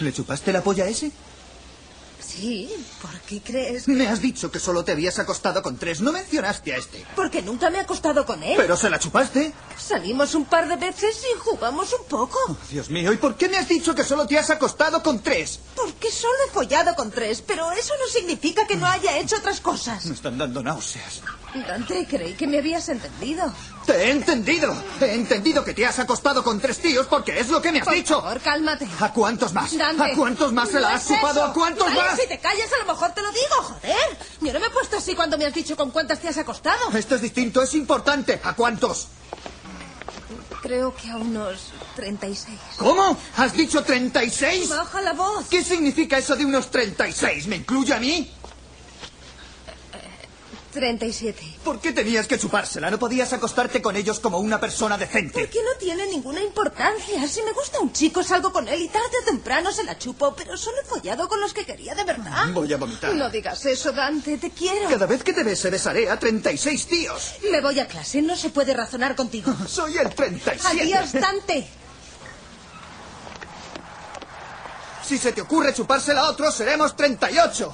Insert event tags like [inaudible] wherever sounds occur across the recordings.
¿Le chupaste la polla a ese? Sí, ¿por qué crees? Me has dicho que solo te habías acostado con tres. No mencionaste a este. Porque nunca me he acostado con él. ¿Pero se la chupaste? Salimos un par de veces y jugamos un poco. Dios mío, ¿y por qué me has dicho que solo te has acostado con tres? Porque solo he follado con tres, pero eso no significa que no haya hecho otras cosas. Me están dando náuseas. Dante, creí que me habías entendido. Te he entendido. He entendido que te has acostado con tres tíos porque es lo que me has Por dicho. favor, cálmate. ¿A cuántos más? Dante, ¿A cuántos más se la no has es chupado? eso. ¿A cuántos Vale, más? Si te callas, a lo mejor te lo digo, joder. Yo no me he puesto así cuando me has dicho con cuántas te has acostado. Esto es distinto, es importante. ¿A cuántos? Creo que a unos 36. ¿Cómo? ¿Has dicho 36? Baja la voz. ¿Qué significa eso de unos 36? ¿Me incluye a mí? 37. ¿Por qué tenías que chupársela? No podías acostarte con ellos como una persona decente. Porque no tiene ninguna importancia. Si me gusta un chico, salgo con él y tarde o temprano se la chupo, pero solo he follado con los que quería de verdad. Ah, Voy a vomitar. No digas eso, Dante, te quiero. Cada vez que te bese, besaré a 36 tíos. Me voy a clase, no se puede [laughs] razonar contigo. Soy el 37. Adiós, Dante. Si se te ocurre chupársela a otro, seremos 38.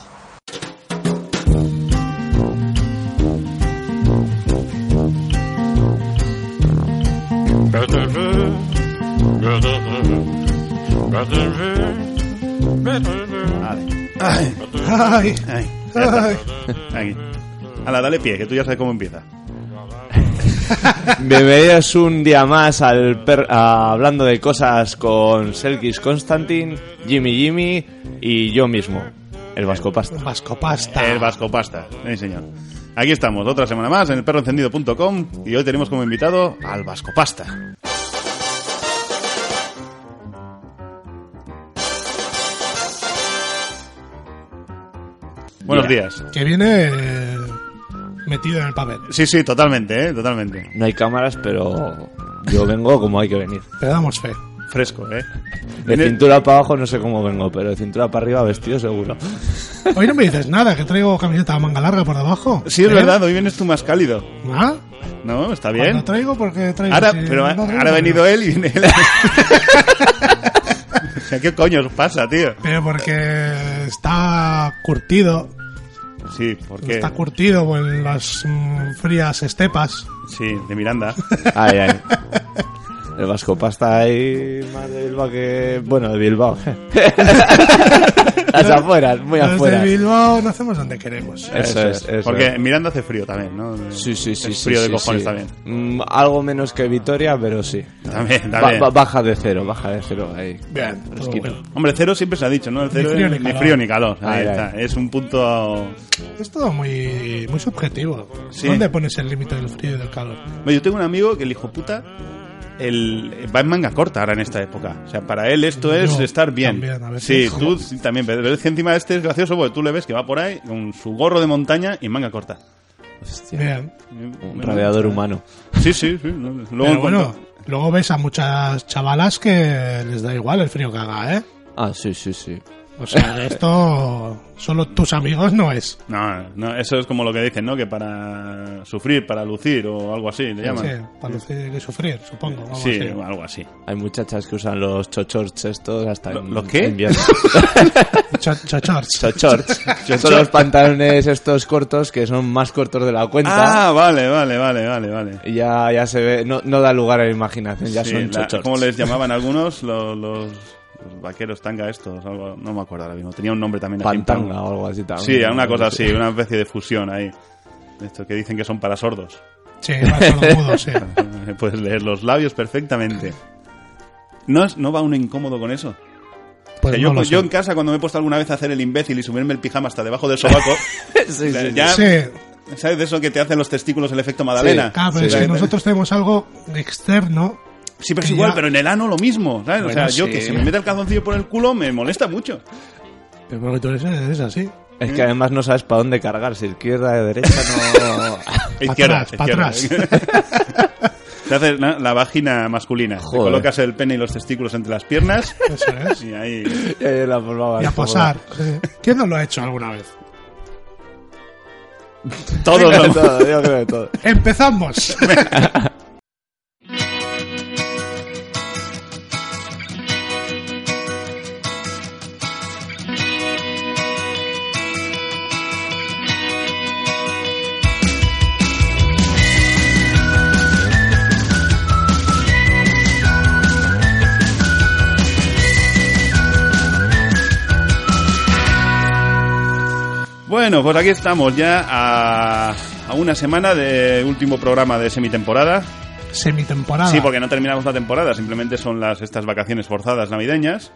Vale. Ay, ay, Ahí. ay. Ahí. Ala, dale pie, que tú ya sabes cómo empieza. Bienvenidos un día más al per- a hablando de cosas con Selkis Constantin, Jimmy Jimmy y yo mismo, el Vasco Pasta. Vascopasta. El Vasco Pasta. Sí, señor. Aquí estamos, otra semana más en elperroencendido.com y hoy tenemos como invitado al Vasco Pasta. Buenos días. Que viene eh, metido en el papel. Sí, sí, totalmente, ¿eh? Totalmente. No hay cámaras, pero yo vengo como hay que venir. Te damos fe. Fresco, ¿eh? De cintura para abajo no sé cómo vengo, pero de cintura para arriba vestido seguro. Hoy no me dices nada, que traigo camiseta a manga larga por debajo. Sí, es ¿Eh? verdad, hoy vienes tú más cálido. ¿Ah? ¿No? Está Bien. bien. traigo porque traigo. Ahora, si pero no traigo, ahora ha no. venido él y viene él. [laughs] O sea, ¿qué coño os pasa, tío? Pero porque está curtido. Sí, porque Está curtido en las mm, frías estepas. sí, de Miranda. Ay, ay. El Vasco Pasta hay más de Bilbao que... Bueno, de Bilbao. [laughs] Las afueras, muy afueras. Desde Bilbao no hacemos donde queremos. Eso es, eso porque es. en Miranda hace frío también, ¿no? Sí, sí, sí. Es frío sí, de sí, cojones sí. también. Mm, algo menos que Vitoria, pero sí. También, Ba- también. ba- baja de cero, baja de cero ahí. Bien, todo Fresquito. bueno. Hombre, cero siempre se ha dicho, ¿no? El cero Ni frío es ni ni calor. frío ni calor. Ahí Ay, está. Es un punto. Es todo muy, muy subjetivo. Sí. ¿Dónde pones el límite del frío y del calor? Bueno, yo tengo un amigo que el hijo puta el... va en manga corta ahora en esta época. O sea, para él esto es Yo estar bien. también, a veces. sí, tú también. Pero es que encima este es gracioso porque tú le ves que va por ahí con su gorro de montaña y manga corta. Bien. Un radiador humano. Sí, sí, sí. no, no. Luego Pero en cuanto- bueno, luego ves a muchas chavalas que les da igual el frío que haga, ¿eh? Ah, sí, sí, sí. O sea, [laughs] de esto solo tus amigos no es. No, no, eso es como lo que dicen, ¿no? Que para sufrir, para lucir o algo así, le Sí, llaman. para lucir y sufrir, supongo. algo Sí, así. algo así. Hay muchachas que usan los chochorts estos hasta en los qué? [laughs] invierno. [laughs] Cho- chochorts. chochorts. Son los pantalones estos cortos que son más cortos de la cuenta. Ah, vale, vale, vale, vale, vale. Y ya, ya se ve, no, no da lugar a la imaginación, ya Sí, son la- chochorts. ¿Cómo les llamaban algunos? Los, los, los vaqueros tanga estos, algo, no me acuerdo ahora mismo. Tenía un nombre también. así. Pantanga o algo así también. Sí, una cosa así, una especie de fusión ahí. Estos que dicen que son para sordos. [laughs] Eh, Sí, más [laughs] sordomudo, sí. Puedes leer los labios perfectamente. ¿No, es- ¿No va uno incómodo con eso? Pues O sea, no yo, lo yo sé. en casa, cuando me he puesto alguna vez a hacer el imbécil y subirme el pijama hasta debajo del [laughs] sobaco, Sí, sí, sí. ya, Sí, ¿sabes de eso que te hacen los testículos el efecto Madalena? Sí. ah, pero es que nosotros tenemos algo externo. Sí, pero es que igual, ya- pero en el ano lo mismo, ¿sabes? o Bueno, sea, yo sí. que se me mete el calzoncillo por el culo me molesta mucho. Pero porque tú eres, eres así. Es que además no sabes para dónde cargar, si izquierda, derecha, [laughs] no... [laughs] Izquierda, atrás, pa' izquierda. [laughs] Te haces ¿no? la vagina masculina. Te Joder. colocas el pene y los testículos entre las piernas Eso [laughs] es. y ahí... Y ahí la formaba Y a el juego. posar. Sí. ¿Quién no lo ha hecho alguna vez? Todo Yo creo lo... que todo, yo creo que todo. [laughs] ¡Empezamos! Bueno, pues aquí estamos ya a, a una semana de último programa de semitemporada. Semitemporada. Sí, porque no terminamos la temporada, simplemente son las estas vacaciones forzadas navideñas.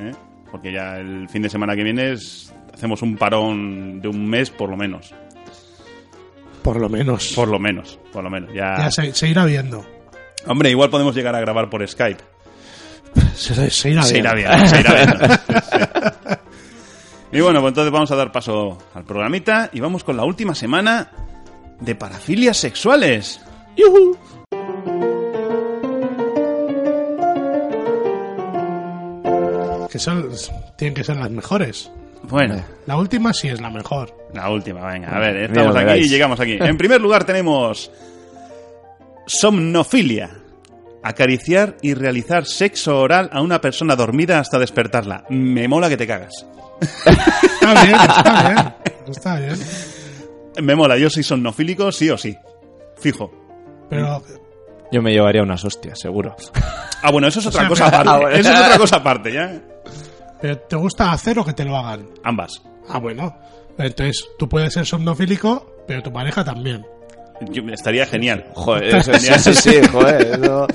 ¿eh? Porque ya el fin de semana que viene es- hacemos un parón de un mes por lo menos. Por lo menos. Por lo menos, por lo menos. Ya, Ya se, se irá viendo. Hombre, igual podemos llegar a grabar por Skype. Se, se Ah, irá Se viendo. irá bien, se irá bien. [laughs] Y bueno, pues entonces vamos a dar paso al programita y vamos con la última semana de parafilias sexuales. Que son, tienen que ser las mejores. Bueno, La última sí es la mejor. [laughs] la última, venga, a ver, Mira, estamos me aquí y dais. llegamos [laughs] aquí. En primer lugar tenemos somnofilia. Acariciar y realizar sexo oral a una persona dormida hasta despertarla. Me mola que te cagas. Está bien, está bien. Está bien. Me mola, yo soy somnofílico sí o sí. Fijo. Pero Yo me llevaría unas hostias, seguro. Ah, bueno, eso es otra sea, cosa me- Ah, bueno. aparte. Eso [laughs] es otra cosa aparte, ¿ya? Pero te gusta hacer o que te lo hagan. Ambas. Ah, bueno. Entonces, tú puedes ser somnofílico, pero tu pareja también. Yo- estaría genial. Joder, eso, sí, sí, sí, joder. eso-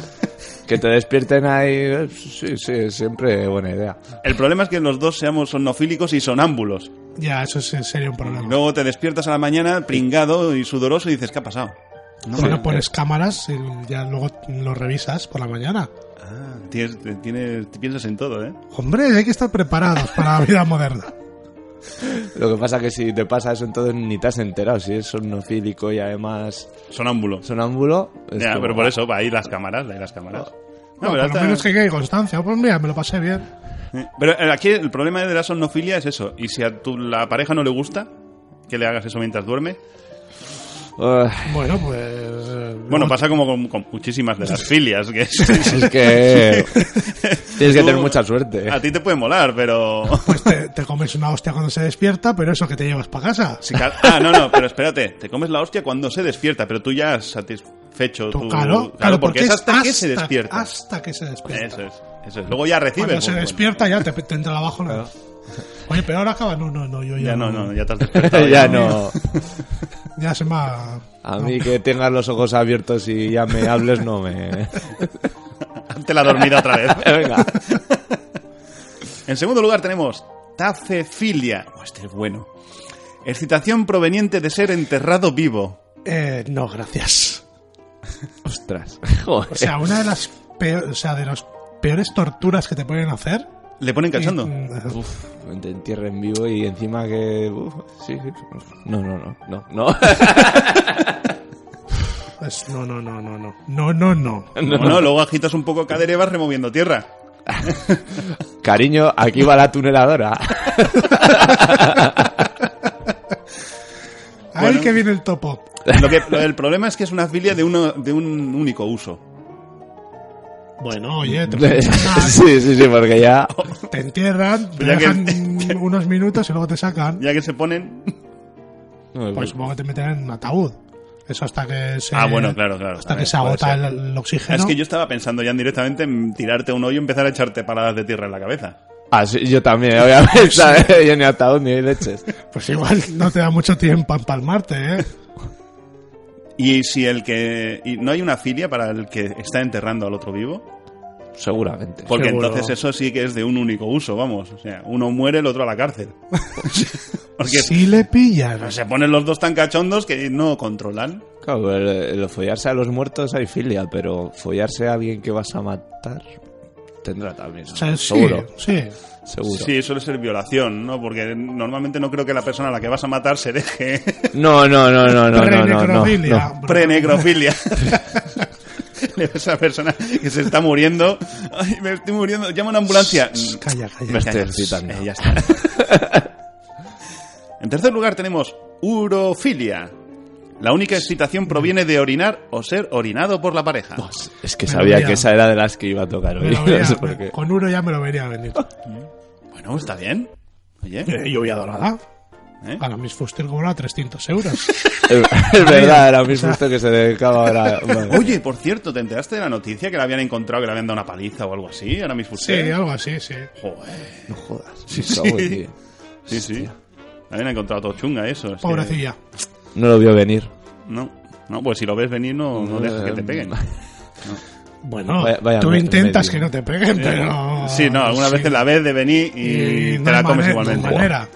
Que te despierten ahí. eh, Sí, sí, siempre buena idea. El problema es que los dos seamos sonofílicos y sonámbulos. Ya, eso sí sería un Y problema. luego te despiertas a la mañana pringado y sudoroso y dices, ¿qué ha pasado? No, no pones cámaras y ya luego lo revisas por la mañana. Ah, tienes, te- tienes- te piensas en todo, ¿eh? Hombre, hay que estar preparados para la vida moderna. Lo que pasa que si te pasa eso, entonces ni te has enterado. Si es somnofílico y además Sonámbulo. sonámbulo. es Ya, como- pero por eso, va ahí las cámaras, ahí las cámaras. No, No, pero, por lo hasta- menos que quede constancia. Pues mira, me lo pasé bien. Eh, pero, eh, aquí el problema de la somnofilia es eso. Y si a tu, la pareja no le gusta que le hagas eso mientras duerme, Ugh, Bueno, pues. eh, bueno, luego- pasa como con, con muchísimas de las filias. [laughs] Que [laughs] es- [laughs] es que. Tienes que Tú- tener mucha suerte. A ti te puede molar, pero... Pues te, te comes una hostia cuando se despierta, pero eso que te llevas para casa. Sí, claro. Ah, no, no, pero espérate. Te comes la hostia cuando se despierta, pero tú ya has satisfecho Tú, tu... claro, claro, porque, es hasta, que se despierta. Hasta que se despierta. Eso es, eso es. Luego ya recibes. Cuando se pues, despierta ya te, te entra abajo. ¿no? Oye, pero ahora acaba. No, no, no, yo ya, bueno, Ya no, no, ya te has [laughs] despertado. ya no. Ya se me ha. A mí que tengas los ojos abiertos y ya me hables, no me. Te la dormida otra vez. Venga. En segundo lugar tenemos tacefilia. Oh, este es bueno. Excitación proveniente de ser enterrado vivo. Eh, no, gracias. [laughs] Ostras. Joder. O sea, una de las peor- o sea, de las peores torturas que te pueden hacer. Le ponen cachondo. Mm, Uf, te entierra en vivo y encima que. uf, sí, sí. No, no, no, no, no. [laughs] pues no, no, no, no, no. No, no, no. No, no, luego agitas un poco cadera y vas removiendo tierra. Cariño, aquí va la tuneladora. [laughs] Ahí que viene el topo. Lo que, lo- el problema es que es una filia de, uno, de un único uso. Bueno, [laughs] oye, te, sí, sí, sí, porque ya. te entierran, te Ya que- dejan unos minutos y luego te sacan. Ya que se ponen... Pues supongo que te meten en un ataúd. Eso hasta que se. Ah, bueno, claro, claro. Hasta A que ver, se puede agota ser. el, el oxígeno. Ah, Es que yo estaba pensando ya en directamente en tirarte un hoyo y empezar a echarte paladas de tierra en la cabeza. Ah, sí, yo también, [laughs] obviamente. ¿sabes? Yo ni ataúd ni leches. Pues igual no te da mucho tiempo a empalmarte, ¿eh? Y si el que. y no hay una filia para el que está enterrando al otro vivo. Seguramente. Porque Seguro. entonces eso sí que es de un único uso, vamos. O sea, uno muere, el otro a la cárcel. Porque Si le pillan. se ponen los dos tan cachondos que no controlan. Claro, el, el follarse a los muertos hay filia, pero follarse a alguien que vas a matar tendrá también. O sea, sí, seguro, sí. seguro. Sí, suele ser violación, ¿no? Porque normalmente no creo que la persona a la que vas a matar se deje [laughs] No, no, no, no, no, no, no, no, Prenecrofilia. no. prenecrofilia. [laughs] Esa persona que se está muriendo. Ay, me estoy muriendo. Llama a una ambulancia. Calla, Me calla. estoy Calla, excitando. eh, ya está. en tercer lugar tenemos urofilia. La única excitación proviene de orinar o ser orinado por la pareja. Es que Me sabía dolía. que esa era de las que iba a tocar [laughs] Me hoy. lo [laughs] vería- No sé por qué. con uno ya me lo vería venir. Bueno, está bien. Oye, Yo voy a dorada. ¿eh? Ahora mis Fuster cobraba [laughs] 300 euros. [laughs] Es verdad, era mismo esto que se dedicaba ahora. Vale. Oye, por cierto, ¿te enteraste de la noticia que la habían encontrado, que le habían dado una paliza o algo así? Ahora mismo Sí, usted. algo así, sí. Joder. No jodas. Sí, sí. Sí, sí. También ha encontrado todo chunga eso. es que- Pobrecilla. No lo vio venir. no, no, pues si lo ves venir no, no dejas que te [laughs] peguen. Bueno, Vaya- vaya tú me- Eh, intentas medio. que no te peguen, pero... Sí, no, algunas sí. veces la ves de venir y, no te la hay comes mane- igualmente. no hay manera.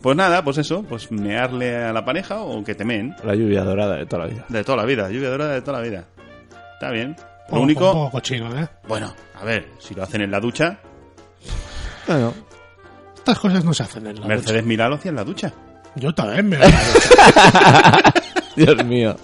Pues nada, pues eso, pues mearle a la pareja o que te meen. La lluvia dorada de toda la vida. De toda la vida, lluvia dorada de toda la vida. Está bien. Lo Un- Un único, poco cochino, ¿eh? bueno, a ver, si lo hacen en la ducha, Bueno, Estas cosas no se hacen en la ducha. Mercedes Milá lo hacía en la ducha. Yo también me... voy a la ducha. Dios mío.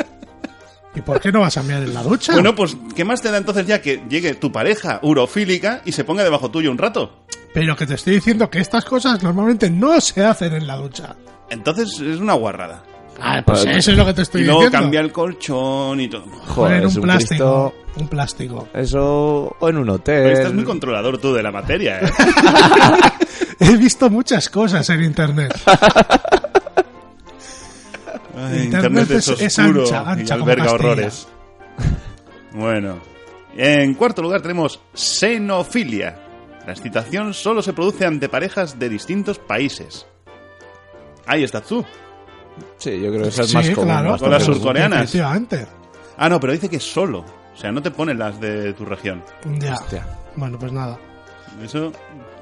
¿Y por qué no vas a mirar en la ducha? Bueno, pues, ¿qué más te da entonces ya que llegue tu pareja urofílica y se ponga debajo tuyo un rato? Pero que te estoy diciendo que estas cosas normalmente no se hacen en la ducha. Entonces es una guarrada. Ah, pues Vale. eso es lo que te estoy y luego diciendo. cambia el colchón y todo. Joder, Poner un Jesucristo. plástico. Un plástico. Eso, o en un hotel. Pero estás muy controlador tú de la materia, ¿eh? He visto muchas cosas [laughs] en internet. Ay, Internet Internet es es- es oscuro ancha, ancha y como alberga Castilla. horrores. [laughs] Bueno. En cuarto lugar tenemos xenofilia. La excitación solo se produce ante parejas de distintos países. Ahí estás tú. Sí, yo creo que esa Pues es más sí, común. claro. bastante Con las común. surcoreanas. Efectivamente. Ah, no, pero dice que solo. O sea, no te ponen las de tu región. Ya. Hostia. Bueno, pues nada. Eso,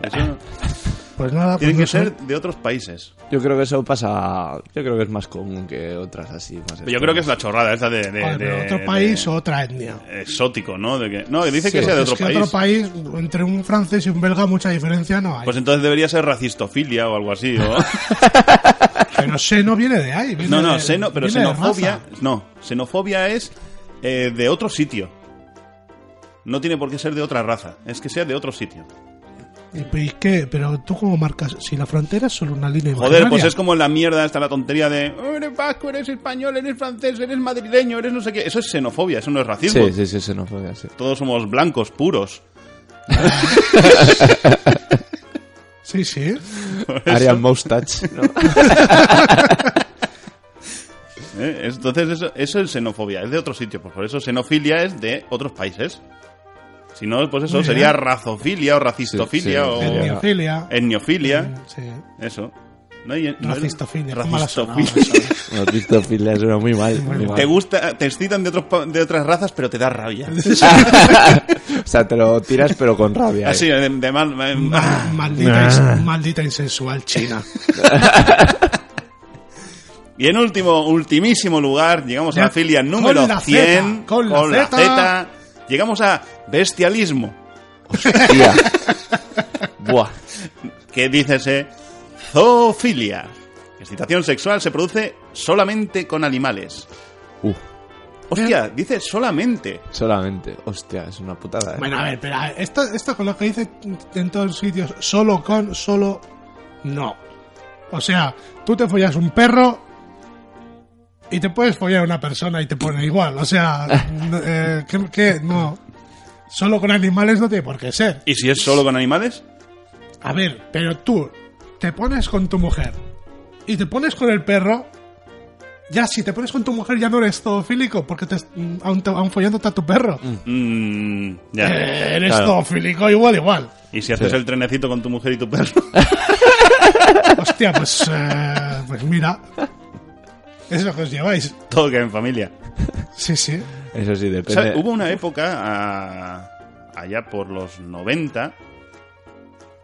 eso Pues nada. tiene pues que no sé. ser de otros países. Yo creo que eso pasa. Yo creo que es más común que otras así. Más Pero yo creo que es la chorrada esa de... de- Joder, pero de- otro de- país o otra etnia. Exótico, ¿no? De que, no, dice que Sí, sea de es otro que país. otro país, entre un francés y un belga, mucha diferencia no hay. Pues entonces debería ser racistofilia o algo así, [laughs] ¿no? pero seno viene de ahí. viene No, no, de- seno, pero viene de xenofobia. raza. No, xenofobia es eh, de otro sitio. No tiene por qué ser de otra raza, es que sea de otro sitio. ¿Y, y qué? Pero tú, ¿cómo marcas? Si la frontera es solo una línea. Joder, pues imaginaria. es como la mierda, está la tontería de "Oh, eres vasco, eres español, eres francés, eres madrileño, eres no sé qué. Eso es xenofobia, eso no es racismo. Sí, sí, sí, [laughs] xenofobia, sí. Todos somos blancos, puros. Sí, sí. Arian Moustache. [laughs] ¿no? ¿eh? Entonces eso, eso es xenofobia, es de otro sitio. Pues por eso xenofilia es de otros países. Si no, pues eso Muy bien. sería razofilia o racistofilia Sí, sí, o etnia. Etniofilia. etniofilia. Sí. Eso. No hay, no hay- Racistofilia, qué mala Racistofilia. Los distophilia suena muy mal. muy [laughs] mal. Te gusta, te excitan de, otros, pa- de otras razas, pero te da [laughs] rabia. O sea, te lo tiras pero con rabia. Así, ¿eh? de, de mal. eh, Ma- maldita, ins- maldita insensual China. Y en último, ultimísimo lugar, llegamos a la Ya, filia con número la 100. zeta, con la zeta. zeta. Llegamos a bestialismo. eh, [laughs] Tía. Buah. Que dices, eh, zoofilia. Excitación sexual se produce solamente con animales. Uh, Hostia, dice solamente. solamente. Hostia, es una putada. ¿eh? Bueno, a ver, pero a ver, esto, esto con lo que dice en todos los sitios, solo con, solo no. O sea, tú te follas un perro y te puedes follar a una persona y te pone igual. O sea, n- eh, ¿qué, qué? No. Solo con animales no tiene por qué ser. ¿Y si es solo con animales? A ver, pero tú te pones con tu mujer y te pones con el perro. Ya, si te pones con tu mujer ya no eres zoofílico porque te, aun, te- aun follándote a tu perro. Mm, ya. Eh, eres Claro. zoofílico igual, igual. ¿Y si haces Sí. el trenecito con tu mujer y tu perro? [laughs] Hostia, pues, eh, pues mira. Es lo que os lleváis. Todo queda en familia. Sí, sí. Eso sí, ¿Sabes? depende. Hubo una época a- allá por los 90,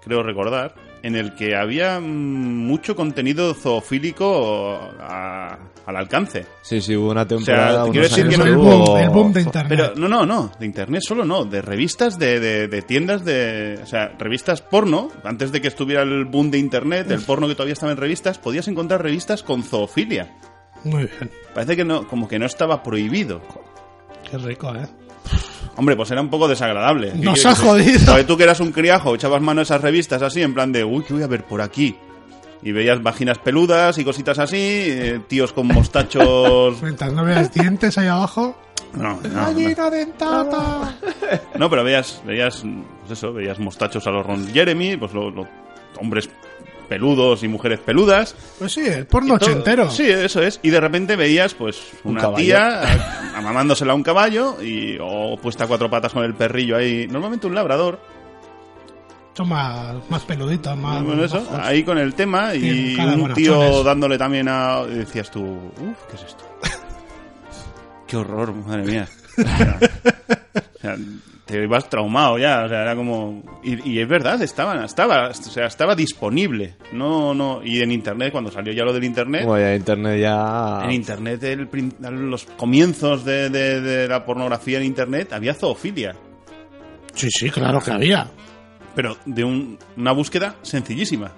creo recordar, en el que había mm, mucho contenido zoofílico a- al alcance. Sí, sí, hubo una temporada. quiero unos decir años que no- el, hubo- boom, el boom de internet. Pero no, no, no, de internet solo no, de revistas, de, de- de tiendas, de, o sea, revistas porno. Antes de que estuviera el boom de internet, el porno que todavía estaba en revistas, podías encontrar revistas con zoofilia. Muy bien. Parece que no, como que no estaba prohibido. Qué rico, ¿eh? Hombre, pues era un poco desagradable. Nos ¿Qué- qué- ha jodido. Porque tú que eras un criajo, echabas mano a esas revistas así, en plan de, uy, ¿qué voy a ver por aquí? Y veías vaginas peludas y cositas así, eh, tíos con mostachos... [laughs] Mientras no veas dientes ahí abajo. No, no, Ah, no. ¡Gallina dentata! No, pero veías, veías, pues eso, veías mostachos a los Ron Jeremy, pues los hombres peludos y mujeres peludas. Pues sí, el porno Todo- ochentero. Sí, eso es. Y de repente veías, pues, Un una caballo. tía [laughs] a- amamándosela a un oh, caballo y, o puesta a cuatro patas con el perrillo ahí. Normalmente un labrador. esto más, más peludito, más. Ah, Bueno, eso, más- ahí con el tema y Bien, cara, un buenas tío chones. dándole también a... y Decías tú, uff, ¿qué es esto? [laughs] Qué horror, madre mía. O sea, [laughs] o sea, te ibas traumado ya, o sea, era como... Y, y es verdad, estaban, estaba, o sea, estaba disponible. No, no, y en internet, cuando salió ya lo del internet... Como ya internet ya... ¿Eh? En internet, el prin- a los comienzos de, de- de la pornografía en internet, había zoofilia. Sí, sí, claro que había. pero de un- una búsqueda sencillísima.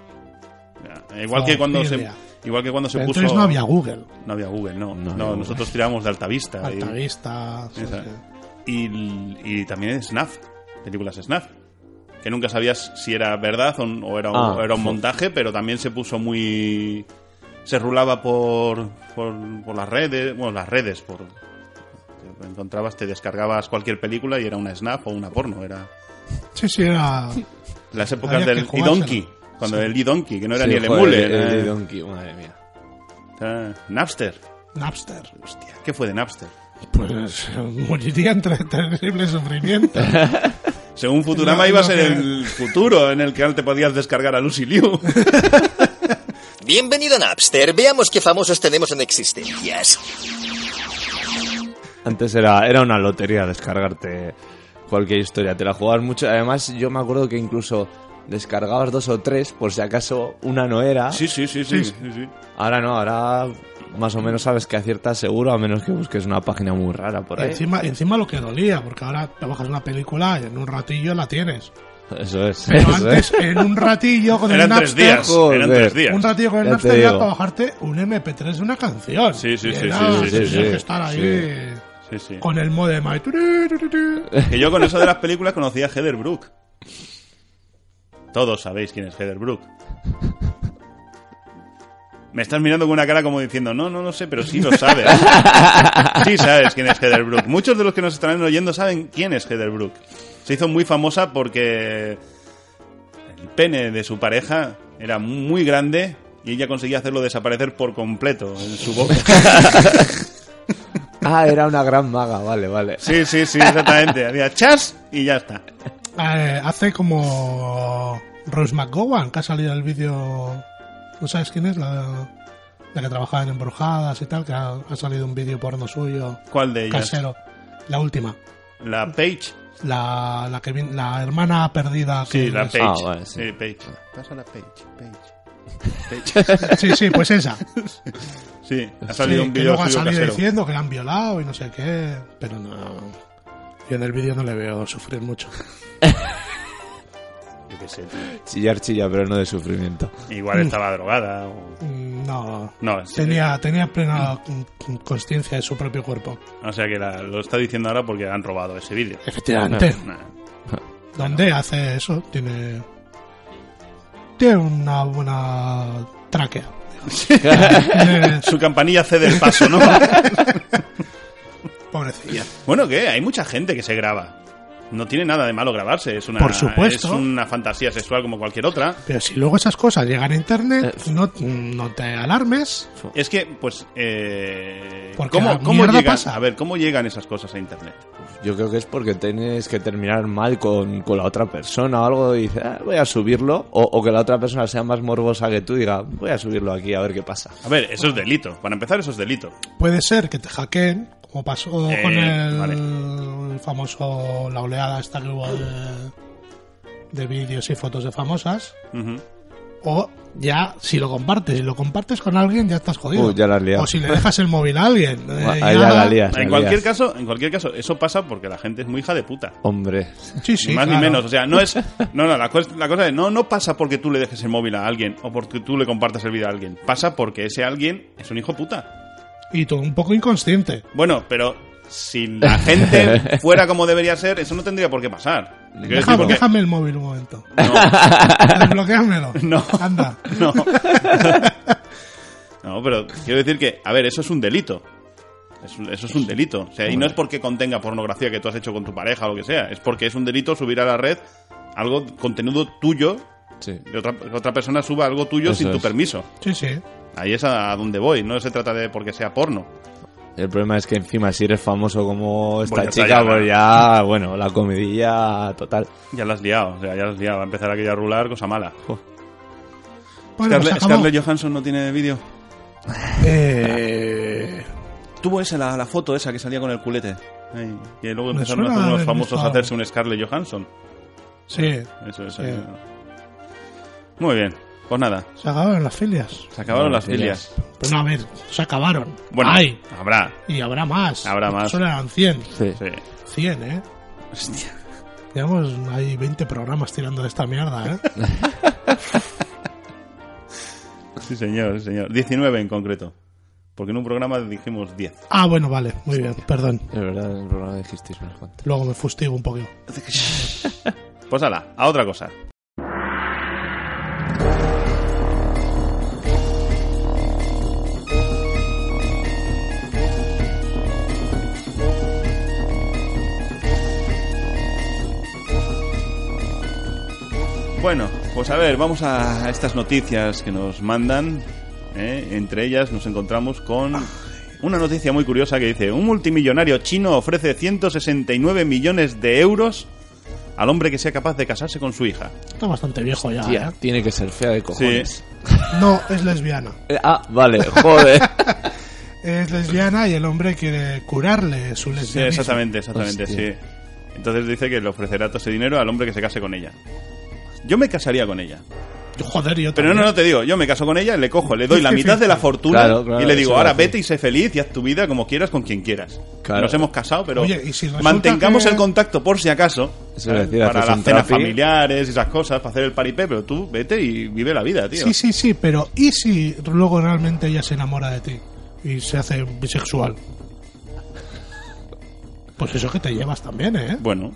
Ya, Igual que cuando se, Zoofilia. igual que cuando se Pero puso Entonces no había Google, no había Google, no. No había No, Google. nosotros tirábamos de Altavista, y- Altavista. sí, Esa. sí. Y, y también Snaf, películas Snaf, que nunca sabías si era verdad o, o era, un- Ah, o era un sí. montaje, pero también se puso muy se rulaba por por, por las redes, bueno, las redes por te encontrabas, te descargabas cualquier película y era una Snaf o una porno, era Sí, sí, era. Las épocas Había que del jugársela. Idonkey. Cuando el Idonkey, que no era Sí, ni eh. el joder, emule. el- era- el de Donkey, madre mía. era Napster. Napster. Hostia, ¿qué fue de Napster? Pues moriría entre [laughs] terrible sufrimiento. Según Futurama No, iba a no, ser que- el futuro en el que te podías descargar a Lucy Liu. Bienvenido a Napster. Veamos qué famosos tenemos en existencias. Antes era, era una lotería descargarte cualquier historia, te la jugabas mucho. Además, yo me acuerdo que incluso descargabas dos o tres, por si acaso una no [laughs] era. Sí, sí, sí, sí. Ah. Sí, sí, sí. Ahora no, ahora más o menos sabes que aciertas seguro, a menos que busques una página muy rara por Y ahí. encima, y encima lo que dolía, porque ahora te bajas una película y en un ratillo la tienes. Eso es. Pero eso antes, es. en un ratillo con el Eran tres Napster. días. Eran tres Joder. días. Un ratillo con el Ya te Napster ya digo. para bajarte un MP3 de una canción. Sí, sí, Y sí, era, sí, sí, sí, tenías sí. que estar ahí Sí, sí. con el modem ahí. [laughs] turu, turu, turu. Que yo con eso de las películas conocía a Heather Brook. Todos sabéis quién es Heather Brook. Me estás mirando con una cara como diciendo, no, no lo sé, pero sí lo sabes. Sí sabes quién es Heather Brook. Muchos de los que nos están oyendo saben quién es Heather Brook. Se hizo muy famosa porque el pene de su pareja era muy grande y ella conseguía hacerlo desaparecer por completo en su boca. Ah, era una gran maga, vale, vale. Sí, sí, sí, exactamente. Había chas y ya está. Eh, hace como Rose McGowan, que ha salido el vídeo. ¿No sabes quién es? La, la que trabajaba en Embrujadas y tal, que ha, ha salido un vídeo porno suyo. ¿Cuál de ellas? Casero. La última. La Page. La, la, que, vin- la hermana perdida. que Sí, la es- Page. Ah, vale, sí. Eh, Page. Pasa la Page, Page. Page. Sí, sí, [laughs] pues esa. Sí, ha Sí, salido un que vídeo luego ha suyo salido casero. diciendo que la han violado y no sé qué. Pero no. Yo en el vídeo no le veo sufrir mucho. Yo qué sé, tío. Chillar, chilla, pero no de sufrimiento. Igual estaba drogada o... Mm, No. No, sí. Tenía, tenía plena mm, consciencia de su propio cuerpo. O sea que la- lo está diciendo ahora porque han robado ese vídeo. Efectivamente. Nah. donde hace eso, tiene tiene una buena tráquea. [laughs] [laughs] Tiene- Su campanilla cede el paso, [laughs] ¿no? Pobrecilla. bueno, que hay mucha gente que se graba. No tiene nada de malo grabarse, es una, Por supuesto. es una fantasía sexual como cualquier otra. Pero si luego esas cosas llegan a internet, no, no te alarmes. Es que, pues, eh, Porque ¿cómo, la cómo mierda llegan, pasa. A ver, ¿cómo llegan esas cosas a Internet? Yo creo que es porque tienes que terminar mal con, con la otra persona o algo y dices, "Ah, voy a subirlo. O, o que la otra persona sea más morbosa que tú y diga, voy a subirlo aquí a ver qué pasa. A ver, eso es delito. Para empezar, eso es delito. Puede ser que te hackeen, como pasó Eh, con el famoso, la oleada esta que hubo de, de vídeos y fotos de famosas. Ujú. O ya, si lo compartes, si lo compartes con alguien, ya estás jodido. Uh, ya la has liado. O si le dejas el móvil a alguien. eh, Ahí ya la lías, la En cualquier lías. caso, en cualquier caso, eso pasa porque la gente es muy hija de puta. Hombre, Sí, sí, ni más ni claro. menos. O sea, no [laughs] es. No, no, la, cuest- la cosa es, no, no pasa porque tú le dejes el móvil a alguien o porque tú le compartas el vídeo a alguien. Pasa porque ese alguien es un hijo puta. Y todo un poco inconsciente. Bueno, pero si [laughs] la gente fuera como debería ser, eso no tendría por qué pasar. Te quiero decir, Déjame, porque- déjame el móvil [laughs] un momento. No, Desbloquéamelo. No. Anda. [laughs] no. [laughs] No, pero quiero decir que, a ver, eso es un delito. Es un- Eso es un delito. O sea, y no es porque contenga pornografía que tú has hecho con tu pareja o lo que sea. Es porque es un delito subir a la red algo, contenido tuyo, sí. que otra, que otra persona suba algo tuyo Eso sin tu es. permiso. Sí, sí. Ahí es a, a donde voy. No se trata de porque sea porno. El problema es que encima si eres famoso como esta Bueno, está chica, ya, pues ya, bueno, la comidilla total. Ya la has liado, o sea, ya la has liado. Va a empezar aquello a rular, cosa mala. Jo. Bueno, se Scarlett, acabó. Scarlett Johansson no tiene vídeo. Eh, Tuvo esa, la, la foto esa que salía con el culete. Ahí. Y luego Me empezaron a suena hacer unos haber famosos visto a hacerse un Scarlett Johansson. sí, Eso es. Sí. ahí. Muy bien, pues nada, se acabaron las filias. se acabaron Bueno, las filias. Pero no, a ver, se acabaron. Bueno, Hay, habrá. y habrá más. Habrá Porque más. Solo eran 100. Sí. 100, ¿eh? Hostia. Llevamos hay 20 programas tirando de esta mierda, ¿eh? Sí, señor, sí, señor. 19 en concreto. Porque en un programa dijimos 10. ah, bueno, vale, muy bien, perdón. Es verdad, en el programa dijisteis unas cuantas. Luego me fustigo un poquito. Pues ala, a otra cosa. Bueno, pues a ver, vamos a estas noticias que nos mandan. ¿eh? Entre ellas nos encontramos con una noticia muy curiosa que dice, un multimillonario chino ofrece 169 millones de euros al hombre que sea capaz de casarse con su hija. Está bastante viejo ya, Tía, ¿eh? tiene que ser fea de cojones. No, es lesbiana. Eh, ah, vale, joder. [laughs] Es lesbiana y el hombre quiere curarle su Sí, lesbianismo. exactamente, exactamente, Hostia. sí. Entonces dice que le ofrecerá todo ese dinero al hombre que se case con ella. Yo me casaría con ella. Joder, yo Pero también. no, no te digo, yo me caso con ella, le cojo, le doy la mitad [laughs] de la fortuna Claro, claro, y le eso digo, lo ahora hace. vete y sé feliz y haz tu vida como quieras con quien quieras. Claro. Nos hemos casado, pero Oye, y si resulta mantengamos que- el contacto por si acaso Eso iba a decir, para haces las un cenas trapi. familiares y esas cosas, para hacer el paripé, pero tú vete y vive la vida, tío. Sí, sí, sí, pero ¿y si luego realmente ella se enamora de ti y se hace bisexual? Pues eso que te llevas también, ¿eh? Bueno,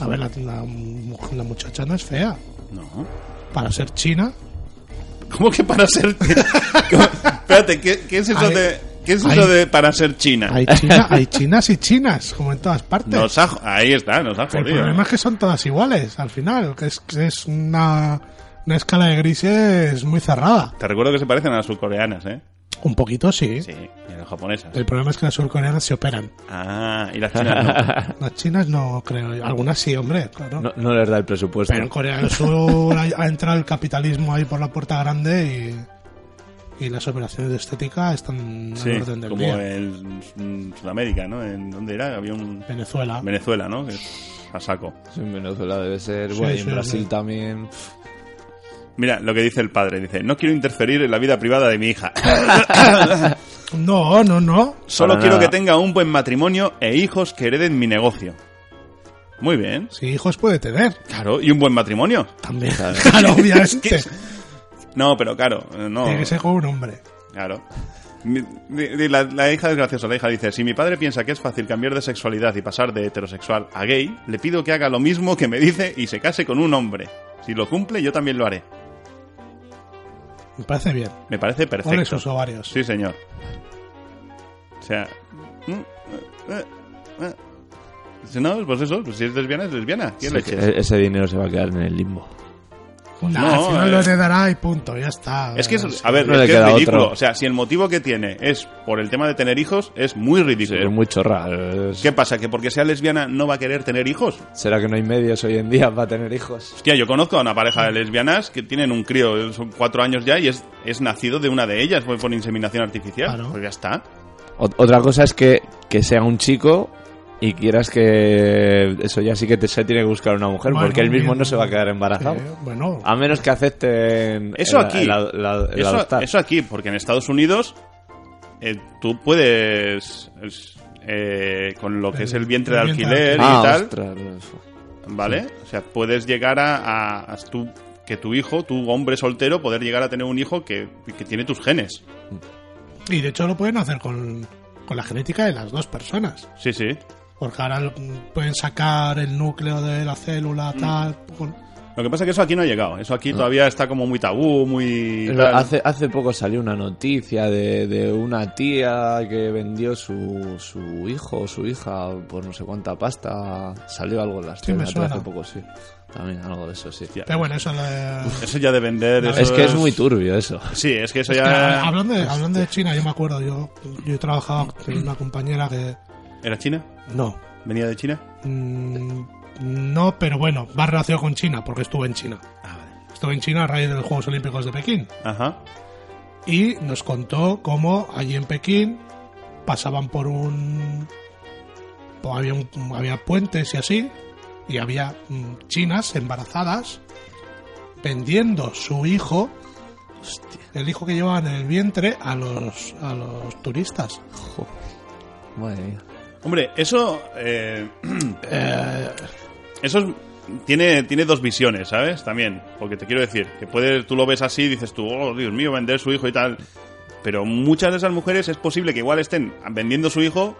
A ver, la, la mu- la muchacha no es fea. no. Para ser china, ¿Cómo que para ser.? [laughs] ¿Cómo- Espérate, ¿qué, qué es eso Ay. de.? ¿Qué es eso Ay. de para ser china? hay, china, hay chinas y chinas, como en todas partes. Nos ha- ahí está, nos ha El jodido. ¿eh? problema es que son todas iguales, al final, que es, que es una, una escala de grises muy cerrada. Te recuerdo que se parecen a las surcoreanas, ¿eh? Un poquito sí. Sí, y a las japonesas. El problema es que las surcoreanas se operan. Ah, y las chinas no. Las chinas no creo. yo. Algunas sí, hombre, claro. No, no les da el presupuesto. Pero en Corea del Sur ha, ha entrado el capitalismo ahí por la puerta grande y, y las operaciones de estética están Sí, al orden del como día. en en Sudamérica, ¿no? ¿En dónde era? Había un. Venezuela. Venezuela, ¿no? Que es A saco. En Venezuela debe ser, Sí, bueno, y en sí, Brasil sí. también. Mira lo que dice el padre: dice, no quiero interferir en la vida privada de mi [laughs] hija. No, no, no. Solo Para quiero nada. que tenga un buen matrimonio e hijos que hereden mi negocio. Muy bien. Si hijos puede tener. Claro, y un buen matrimonio. También. [laughs] [laughs] Claro, obviamente. Es No, pero claro, eh, no. Tiene que ser con un hombre. Claro. Mi- mi- La, la hija es graciosa. La hija dice: Si mi padre piensa que es fácil cambiar de sexualidad y pasar de heterosexual a gay, le pido que haga lo mismo que me dice y se case con un hombre. Si lo cumple, yo también lo haré. Me parece bien. Me parece Por perfecto. esos ovarios. Sí, señor. O sea. mm, eh, eh, eh. No, pues eso. pues si es lesbiana, es lesbiana. ¿Qué Sí, leches? que e- ese dinero se va a quedar en el limbo. Nah, no, al final eh. lo heredará y punto, ya está. Es que Eh, es, a ver, Ah, No es, le que es queda ridículo. otro. O sea, si el motivo que tiene es por el tema de tener hijos, es muy Sí, ridículo. es muy chorra. es- ¿Qué pasa? ¿Que porque sea lesbiana no va a querer tener hijos? ¿Será que no hay medios hoy en día para tener hijos? Hostia, yo conozco a una pareja de lesbianas que tienen un crío, son cuatro años ya, y es, es nacido de una de ellas, fue por inseminación artificial. Claro. Pues ya está. Ot- otra cosa es que, que sea un chico y quieras que eso ya sí que te se tiene que buscar una mujer, Bueno, porque él mismo bien. no se va a quedar embarazado. Ah. eh, bueno, A menos que acepten Eso el- aquí. el ad- la- el Eso, adoptar. eso aquí, porque en Estados Unidos eh, tú puedes... es- eh, con lo que es el vientre de El vientre de alquiler y Ah, tal, ostras, eso. ¿vale? O sea, puedes llegar a, a- a tu- que tu hijo, tu hombre soltero, poder llegar a tener un hijo que, que tiene tus genes. y de hecho lo pueden hacer con, con la genética de las dos personas. Sí, sí. Porque ahora mm, pueden sacar el núcleo de la célula, tal. con- Lo que pasa es que eso aquí no ha llegado. Eso aquí todavía está como muy tabú, muy... Lo- tal. Hace, hace poco salió una noticia de, de una tía que vendió su, su hijo o su hija por no sé cuánta pasta. Salió algo en las Sí, me tiendas pero hace suena. poco, sí. También algo de eso, sí. Hostia. Pero bueno, eso... le- Eso ya de vender... eso Es que es muy turbio eso. Sí, es que eso Mira, ya... hablando, de, hablando de China, yo me acuerdo, yo, yo he trabajado con una compañera que... ¿Era China? No, ¿Venía de China? Mm, no, pero bueno, va relacionado con China, porque estuve en China. Estuve en China a raíz de los Juegos Olímpicos de Pekín. Ajá. Y nos contó cómo allí en Pekín pasaban por un... pues había, un- había puentes y así, y había mm, chinas embarazadas vendiendo su hijo, el hijo que llevaban en el vientre, a los, a los turistas. Jo. Madre mía. Hombre, eso... eh, [clears throat] eso es- tiene, tiene dos visiones, ¿sabes? También. Porque te quiero decir, que puede, tú lo ves así y dices tú, oh, Dios mío, vender su hijo y tal. Pero muchas de esas mujeres es posible que igual estén vendiendo su hijo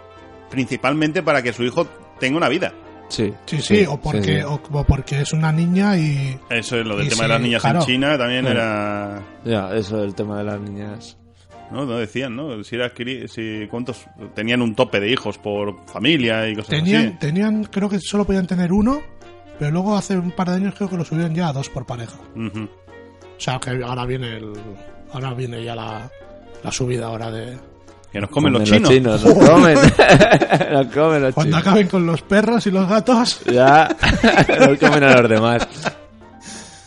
principalmente para que su hijo tenga una vida. Sí, Sí, sí, o, porque, sí. O, o porque es una niña y... Eso es lo del Y tema sí, de las niñas en claro. China, también Sí. era... Ya, eso del tema de las niñas. No, no decían, ¿no? Si era cri- si cuántos tenían un tope de hijos por familia y cosas Tenían, así. tenían, creo que solo podían tener uno, pero luego hace un par de años creo que lo subieron ya a dos por pareja. Ujú. O sea que ahora viene el, ahora viene ya la, la subida ahora de Que nos comen los Comen chinos. nos [laughs] comen. [laughs] nos comen los cuando chinos. acaben con los perros y los gatos, Ya, [laughs] nos comen a los demás.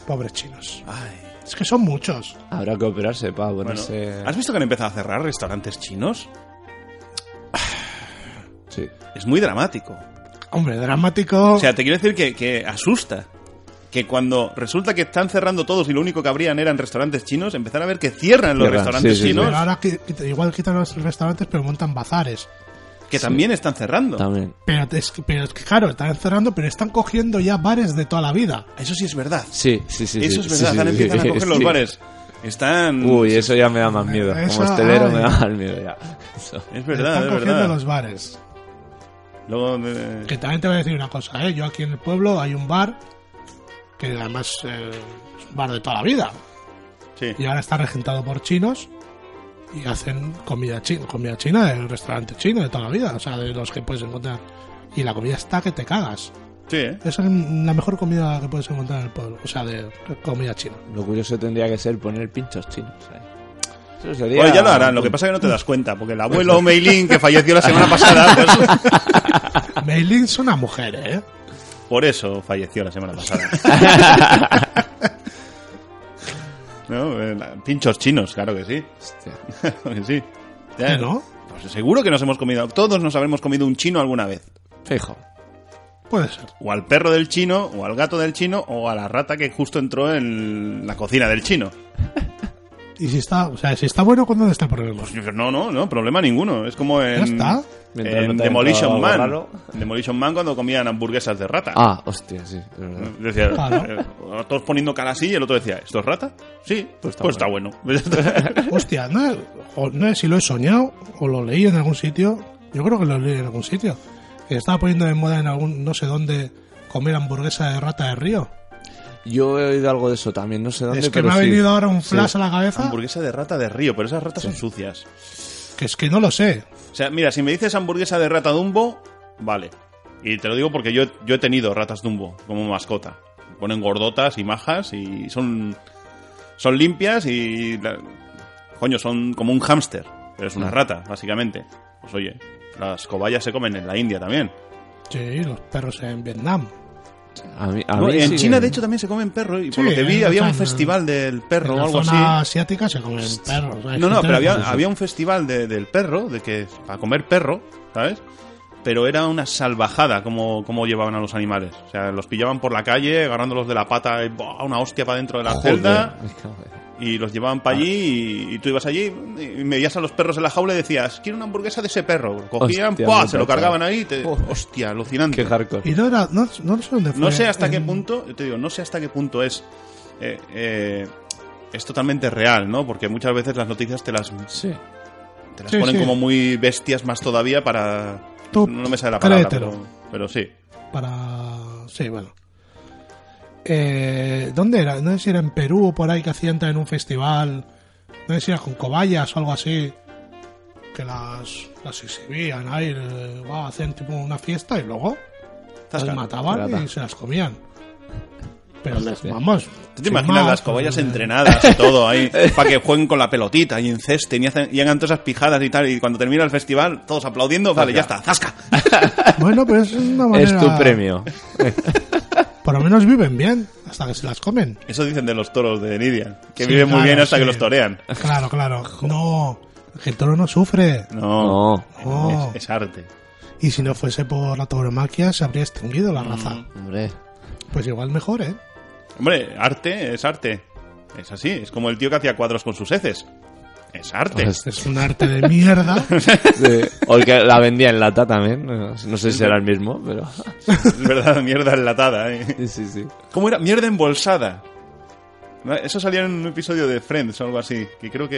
pobres chinos. Es que son muchos. Habrá que operarse para Bueno, ponerse. ¿Has visto que han empezado a cerrar restaurantes chinos? Sí. Es muy dramático. Hombre, dramático. O sea, te quiero decir que, que asusta. Que cuando resulta que están cerrando todos y lo único que abrían eran restaurantes chinos, empezar a ver que cierran los Cierran, restaurantes sí, sí, chinos, pero ahora qui- quit- igual quitan los restaurantes, pero montan bazares. que también están cerrando. También. Pero es, que- pero es que, claro, están cerrando, pero están cogiendo ya bares de toda la vida. Eso sí es verdad. Sí, sí, sí. eso sí, es verdad. sí, Ahora sí, empiezan sí, a coger los sí. bares. Están... Uy, eso ya me da más miedo. Eso, Como hostelero ay. me da más miedo ya. Eso. Es verdad, es están cogiendo verdad. los bares. Luego, eh, Que también te voy a decir una cosa, ¿eh? Yo aquí en el pueblo hay un bar que además eh, es un bar de toda la vida. sí. Y ahora está regentado por chinos y hacen comida china, comida china del restaurante chino de toda la vida, o sea, de los que puedes encontrar. Y la comida está que te cagas. Sí, ¿eh? Esa es la mejor comida que puedes encontrar en el pueblo, o sea, de comida china. Lo curioso tendría que ser poner pinchos chinos. ahí. Eso sería... Bueno, ya lo harán, lo que pasa es que no te das cuenta, porque el [laughs] abuelo Mei Lin, que falleció la semana pasada, pues, Meiling es una mujer, ¿eh? por eso falleció la semana pasada. No, eh, la- pinchos chinos, claro que sí. [laughs] Hostia. Claro que sí. ¿Que no? Pues seguro que nos hemos comido, todos nos habremos comido un chino alguna vez. Fijo. Puede ser. O al perro del chino, o al gato del chino, o a la rata que justo entró en la cocina del chino. Y si está, o sea, si está bueno, ¿cuándo está el problema? Pues yo- No, no, no, problema ninguno. Es como en, está. Mientras en no te hayan Demolition dado Man. algo En Demolition Man cuando comían hamburguesas de rata. Ah, hostia, sí. es verdad. Decía, Claro. eh, todos poniendo cara así y el otro decía, ¿esto es rata? Sí, pues está, bueno. [laughs] Hostia, no, es- o no sé si lo he soñado o lo leí en algún sitio. Yo creo que lo leí en algún sitio. Que estaba poniendo de moda en algún no sé dónde comer hamburguesa de rata de río. Yo he oído algo de eso también, no sé dónde, Es que pero me ha sí. venido ahora un flash Sí. a la cabeza hamburguesa de rata de río, pero esas ratas son sucias. que es que no lo sé. O sea, mira, si me dices hamburguesa de rata dumbo, vale. Y te lo digo porque yo, yo he tenido ratas dumbo como mascota. Ponen gordotas y majas y son, son limpias y... la- coño, son como un hámster, pero es una Ah. rata, básicamente. Pues oye, las cobayas se comen en la India también. Sí, los perros en Vietnam. A mí, a No, mí en sí China, que- de hecho, también se comen perro. Y por Sí, lo que en vi, la había un zona- festival del perro en o la algo zona así. asiática se comen perros. Hay No, no, gente pero que había, come eso. había un festival de- del perro, de que para comer perro, ¿sabes? Pero era una salvajada como, como llevaban a los animales. O sea, los pillaban por la calle, agarrándolos de la pata, y, ¡buah! una hostia para dentro de la Joder, celda, me cago en- y los llevaban para allí, y, y tú ibas allí, y veías a los perros en la jaula y decías, quiero una hamburguesa de ese perro. Cogían, Hostia, ¡pua! me se lo encanta. cargaban ahí, y te, Joder. hostia, alucinante. Qué hardcore. Y no era, no, no sé dónde fue. No sé hasta en- qué punto, yo te digo, no sé hasta qué punto es. eh, eh, es totalmente real, ¿no? Porque muchas veces las noticias te las, Sí. te las Sí, ponen sí. como muy bestias más todavía para. Tú no me sale la palabra, créetelo. pero, pero sí. Para. Sí, bueno. eh, ¿Dónde era? No sé si era en Perú o por ahí que hacían en un festival. No sé si era con cobayas o algo así. Que las, las exhibían ahí. eh, va, hacían tipo una fiesta y luego Zasca, las mataban rata. y se las comían. Pero las, vamos. ¿Tú te sin imaginas más, las cobayas [laughs] eh, entrenadas y todo [laughs] ahí para que jueguen con la pelotita y encesten y, hacen, y hagan todas esas pijadas y tal? Y cuando termina el festival, todos aplaudiendo, vale, ya está, zasca. Bueno, pero es una manera. Es tu premio. Por lo menos viven bien hasta que se las comen. Eso dicen de los toros de Nidia, que Sí, viven muy claro, bien hasta sí. que los torean. [laughs] Claro, claro. No, que el toro no sufre. No, No. No. Es, es arte. Oh, Y si no fuese por la tauromaquia, se habría extinguido Mm. la raza. Hombre. Pues igual mejor, ¿eh? Hombre, arte es arte. Es así, es como el tío que hacía cuadros con sus heces. Este Es arte. Pues, Es un arte de mierda. sí. O el que la vendía en lata también. No sé si era el mismo, pero. [laughs] Es verdad, mierda enlatada. ¿eh? Sí, sí, sí. ¿Cómo era? Mierda embolsada. Eso salía en un episodio de Friends o algo así. Que creo que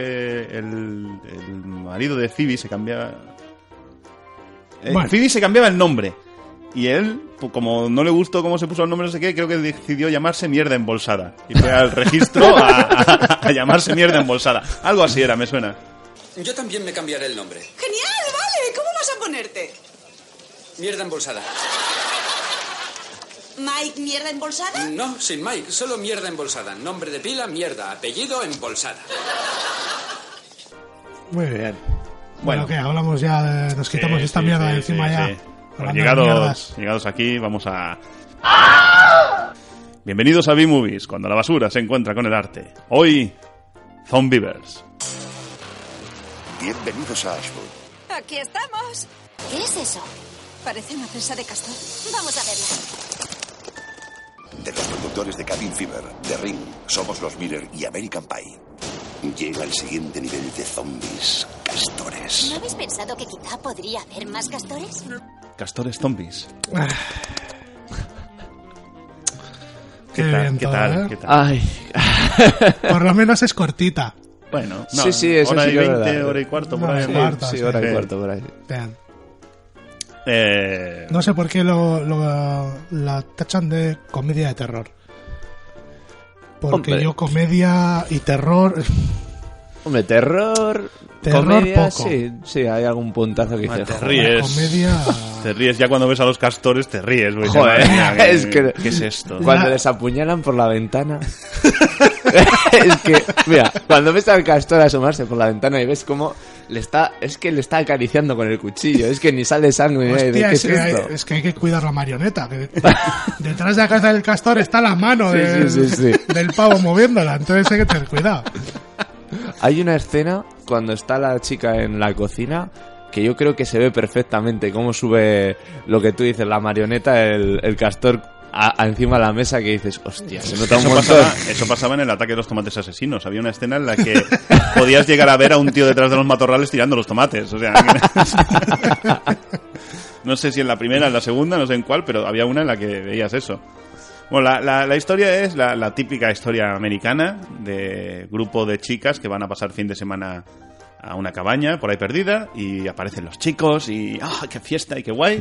el, el marido de Phoebe se cambiaba. Eh, Bueno. Phoebe se cambiaba el nombre. Y él, pu- como no le gustó cómo se puso el nombre, no sé qué, creo que decidió llamarse Mierda Embolsada. Y fue al registro a, a- a llamarse Mierda Embolsada. Algo así era, me suena. Yo también me cambiaré el nombre. Genial, vale. ¿Cómo vas a ponerte? Mierda embolsada. Mike, mierda embolsada. No, sin Mike, solo mierda embolsada. Nombre de pila, mierda. Apellido, embolsada. Muy bien. Bueno. Bueno, que hablamos ya, de- nos quitamos Sí, pues esta sí, mierda sí, de encima sí, ya. sí. Bueno, Hablando de llegados, mierdas. llegados aquí, vamos a. Bienvenidos a B-Movies, cuando la basura se encuentra con el arte. Hoy, Zombievers. Bienvenidos a Ashwood. Aquí estamos. ¿Qué es eso? Parece una presa de castor. Vamos a verla. De los productores de Cabin Fever, The Ring, Somos los Miller y American Pie. Llega el siguiente nivel de zombies, ¿No castores. habéis pensado que quizá podría haber más castores? Castores zombies. [laughs] ¿Qué, Qué tal? bien ¿Qué todo, tal? ¿eh? ¿Qué tal? Ay. Por lo menos es cortita. Bueno, no, Sí, sí, eso hora sí y que es 20, verdad. eh. hora y cuarto, por Hora ahí. y Sí. cuarto. Sí, hora Sí. y cuarto por ahí. Vean. Eh, No sé por qué lo, lo- la tachan de comedia de terror. Porque Hombre. yo comedia y terror... Hombre, terror. Terror comedia, poco. Sí, sí, hay algún puntazo que dice. te ríes. Comedia... Te ríes, ya cuando ves a los castores te ríes. güey. [laughs] Joder, Madre mía, ¿qué- es que- ¿Qué es esto? Cuando La- les apuñalan por la ventana. [laughs] es que, mira, cuando ves al castor asomarse por la ventana y ves cómo le está. Es que le está acariciando con el cuchillo. Es que ni sale sangre. ¿eh? ¿De Hostia, qué es, es que hay, esto? es que hay que cuidar la marioneta. que- [laughs] detrás de la cabeza del castor está la mano Sí, del, sí, sí, sí. del pavo moviéndola. Entonces hay que tener cuidado. Hay una escena cuando está la chica en la cocina que yo creo que se ve perfectamente cómo sube lo que tú dices, la marioneta, el, el castor a, a encima de la mesa que dices, hostia, se nota un Eso montón. pasaba, eso pasaba en el ataque de los tomates asesinos. Había una escena en la que podías llegar a ver a un tío detrás de los matorrales tirando los tomates. O sea, [laughs] que- no sé si en la primera, en la segunda, no sé en cuál, pero había una en la que veías eso. Bueno, la, la- la historia es la, la típica historia americana de grupo de chicas que van a pasar fin de semana a una cabaña por ahí perdida y aparecen los chicos y ¡ah, qué fiesta y qué guay!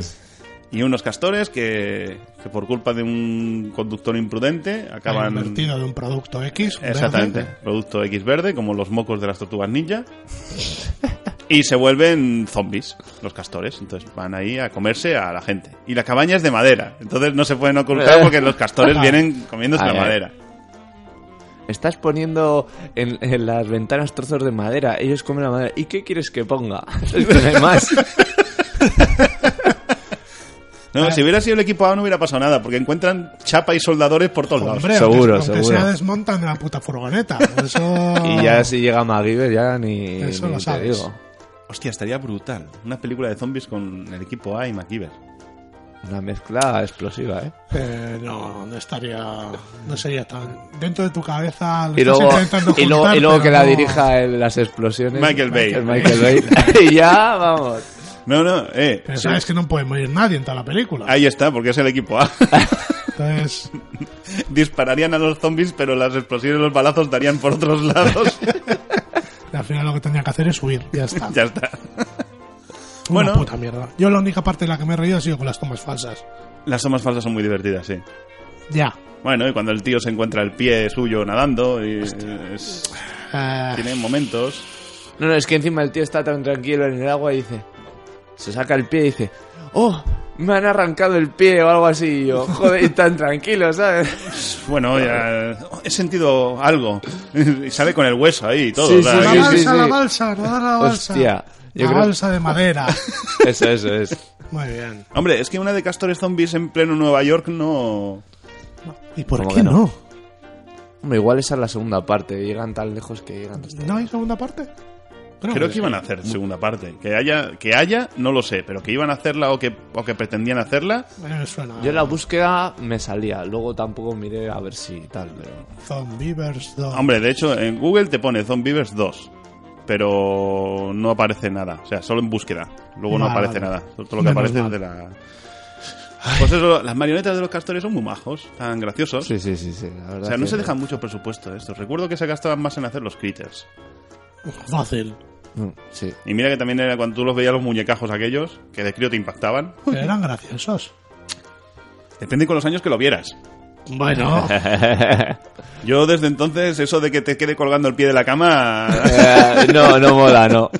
Y unos castores que, que por culpa de un conductor imprudente Acaban... acaban... Invertido de un producto X. verde. Exactamente. Producto X verde, como los mocos de las tortugas ninja. y se vuelven zombies, los castores. Entonces van ahí a comerse a la gente. Y la cabaña es de madera. Entonces no se pueden ocultar porque los [laughs] castores vienen comiéndose la Ay, ay. madera. Estás poniendo en, en las ventanas trozos de madera, ellos comen la madera. ¿Y qué quieres que ponga? [laughs] Es que no hay más. No, si hubiera sido el equipo A no hubiera pasado nada, porque encuentran chapa y soldadores por todos lados. Hombre, Seguro, aunque, aunque seguro. sea desmontan de la puta furgoneta. Eso... [laughs] Y ya si llega MacGyver ya ni, Ah. Eso ni lo te sabes. digo. Hostia, estaría brutal. Una película de zombies con el equipo A y MacGyver. Una mezcla explosiva, ¿eh? Eh, no, no estaría. No sería tan. Dentro de tu cabeza. lo Y estás luego, intentando y luego, juntar, y luego que pero la no- dirija en las explosiones. Michael Bay. El Michael Bay. [laughs] y ya, vamos. No, no, eh. Pero sabes que no puede morir nadie en toda la película. Ahí está, porque es el equipo A. [laughs] Entonces, Dispararían a los zombies, pero las explosiones y los balazos darían por otros lados. [laughs] al final lo que tenía que hacer es huir. Ya está. ya está. Una bueno. puta mierda. Yo la única parte en la que me he reído ha sido con las tomas falsas. Las tomas falsas son muy divertidas, sí. Ya. Bueno, y cuando el tío se encuentra el pie suyo nadando, y es- Ah. tiene momentos. No, no, es que encima el tío está tan tranquilo en el agua y dice. Se saca el pie y dice. ¡Oh! Me han arrancado el pie o algo así. Y yo, joder, y tan tranquilo, ¿sabes? Bueno, ya "Oh, he sentido algo. y sale con el hueso ahí y todo. Sí, o sea, sí, La que- sí, balsa, sí, la sí. balsa, rodar la balsa. Hostia, yo la creo- balsa de madera. [laughs] Eso, eso es. Muy bien. Hombre, es que una de Castores Zombies en pleno Nueva York no... ¿Y por ¿Cómo qué que no? no? no? Hombre, igual esa es la segunda parte. Llegan tan lejos que llegan hasta. hay segunda parte? Creo que iban a hacer segunda parte. Que haya, que haya, no lo sé, pero que iban a hacerla o que, o que pretendían hacerla, Eh, me suena. Yo en la búsqueda me salía. Luego tampoco miré a ver si tal, pero. Zombievers 2. Hombre, de hecho, en Google te pone Zombievers 2, pero no aparece nada. O sea, solo en búsqueda. Luego no Vale, aparece vale. nada. Todo lo que Menos aparece mal. es de la. Pues eso, las marionetas de los castores son muy majos, tan graciosos. Sí, sí, sí, sí. La verdad O sea, no que- se dejan mucho presupuesto de estos. Recuerdo que se gastaban más en hacer los critters. Fácil. Mm, Sí. Y mira que también era cuando tú los veías los muñecajos aquellos, que de crío te impactaban. Pero eran graciosos. Depende con los años que lo vieras. [laughs] Bueno, Yo desde entonces, eso de que te quede colgando el pie de la cama... Eh, no, no mola, no.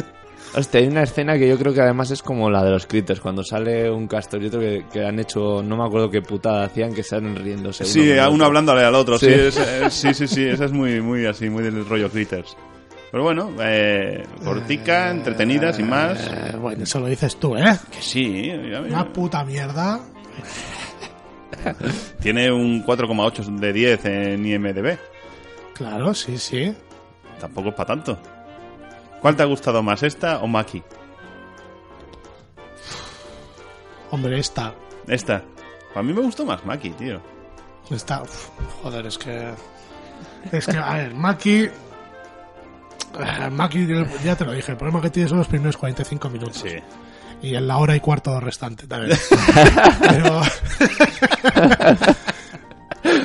[laughs] Hostia, hay una escena que yo creo que además es como la de los critters, cuando sale un castor y otro que, que han hecho, no me acuerdo qué putada hacían, que salen riéndose. uno Sí, con a otro. uno hablándole al otro. Sí, Sí. es- eh, sí, sí, sí, esa es muy, muy así, muy del rollo critters. Pero bueno, eh, cortica, entretenida, sin más. eh, bueno, eso lo dices tú, ¿eh? Que sí, ya ves. Una puta mierda. tiene un 4,8 de 10 en IMDb. Claro, sí, sí. Tampoco es para tanto. ¿Cuál te ha gustado más, esta o Maki? Hombre, esta. Esta. A mí me gustó más Maki, tío. Esta. uf, joder, es que. Es que, a ver, Maki. eh, Maki, yo- ya te lo dije, el problema que tiene son los primeros 45 minutos. Sí. Y en la hora y cuarto [laughs] restante también. Pero.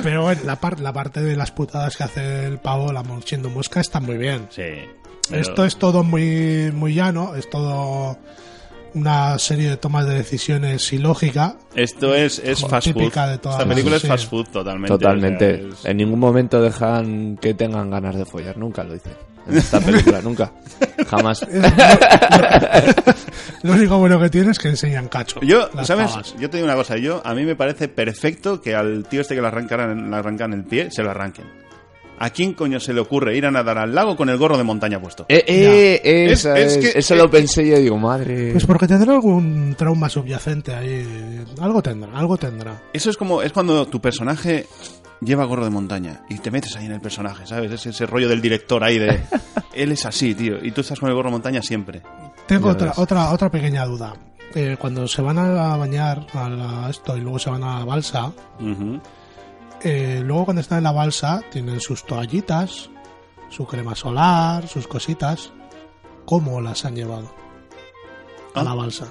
Pero bueno, la, par- la parte de las putadas que hace el pavo, la mon- siendo mosca, está muy bien. Sí. Pero- Esto es todo muy, muy llano, es todo una serie de tomas de decisiones y lógica. Esto es, es Joder, fast food. típica de todas Esta las- película sí. es fast food totalmente. Totalmente. o sea, En ningún momento dejan que tengan ganas de follar, nunca lo dicen. En [laughs] esta película, nunca. Jamás. [laughs] Lo único bueno que tiene es que enseñan cacho. Yo, Las ¿sabes? pavas. Yo te digo una cosa, yo a mí me parece perfecto que al tío este que le arrancaran, le arrancan el pie, se lo arranquen. ¿A quién coño se le ocurre ir a nadar al lago con el gorro de montaña puesto? Eh, eh, Es- esa es es- que- eso eh, lo pensé y yo digo, madre. Pues porque tendrá algún trauma subyacente ahí. Algo tendrá, algo tendrá. Eso es como, es cuando tu personaje lleva gorro de montaña y te metes ahí en el personaje, ¿sabes? Es ese rollo del director ahí [laughs] de... Él es así, tío, y tú estás con el gorro de montaña siempre. Tengo Ya otra, ves. otra, otra pequeña duda. Eh, cuando se van a bañar a la- esto y luego se van a la balsa, Ujú. eh, luego cuando están en la balsa tienen sus toallitas, su crema solar, sus cositas. ¿Cómo las han llevado? A la balsa.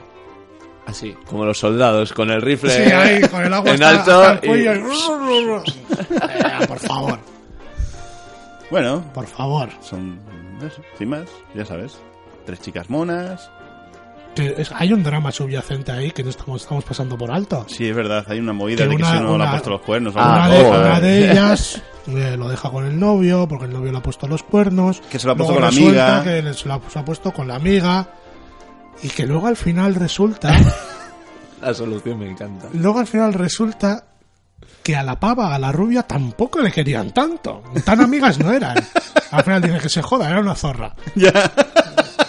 Así, como los soldados con el rifle. [laughs] Sí, ahí, con el agua en hasta- alto hasta el y- cuello y- Eh, por favor, Bueno, por favor. son... eso, sin más, ya sabes. Tres chicas monas. Que es- hay un drama subyacente ahí que no estamos, estamos pasando por alto. Sí, es verdad, hay una movida Que de que una- si uno le una- ha puesto los cuernos. o Ah, una, alguna de, joder. cosa. [laughs] una [laughs] de ellas eh, lo deja con el novio porque el novio le ha puesto los cuernos. Que se lo ha puesto Luego con la resulta amiga. Que le- se lo ha, se lo ha puesto con la amiga. Y que luego al final resulta. [laughs] La solución me encanta. luego al final resulta que a la pava, a la rubia, tampoco le querían tanto. Tan amigas no eran. Al final dice que se joda, era una zorra.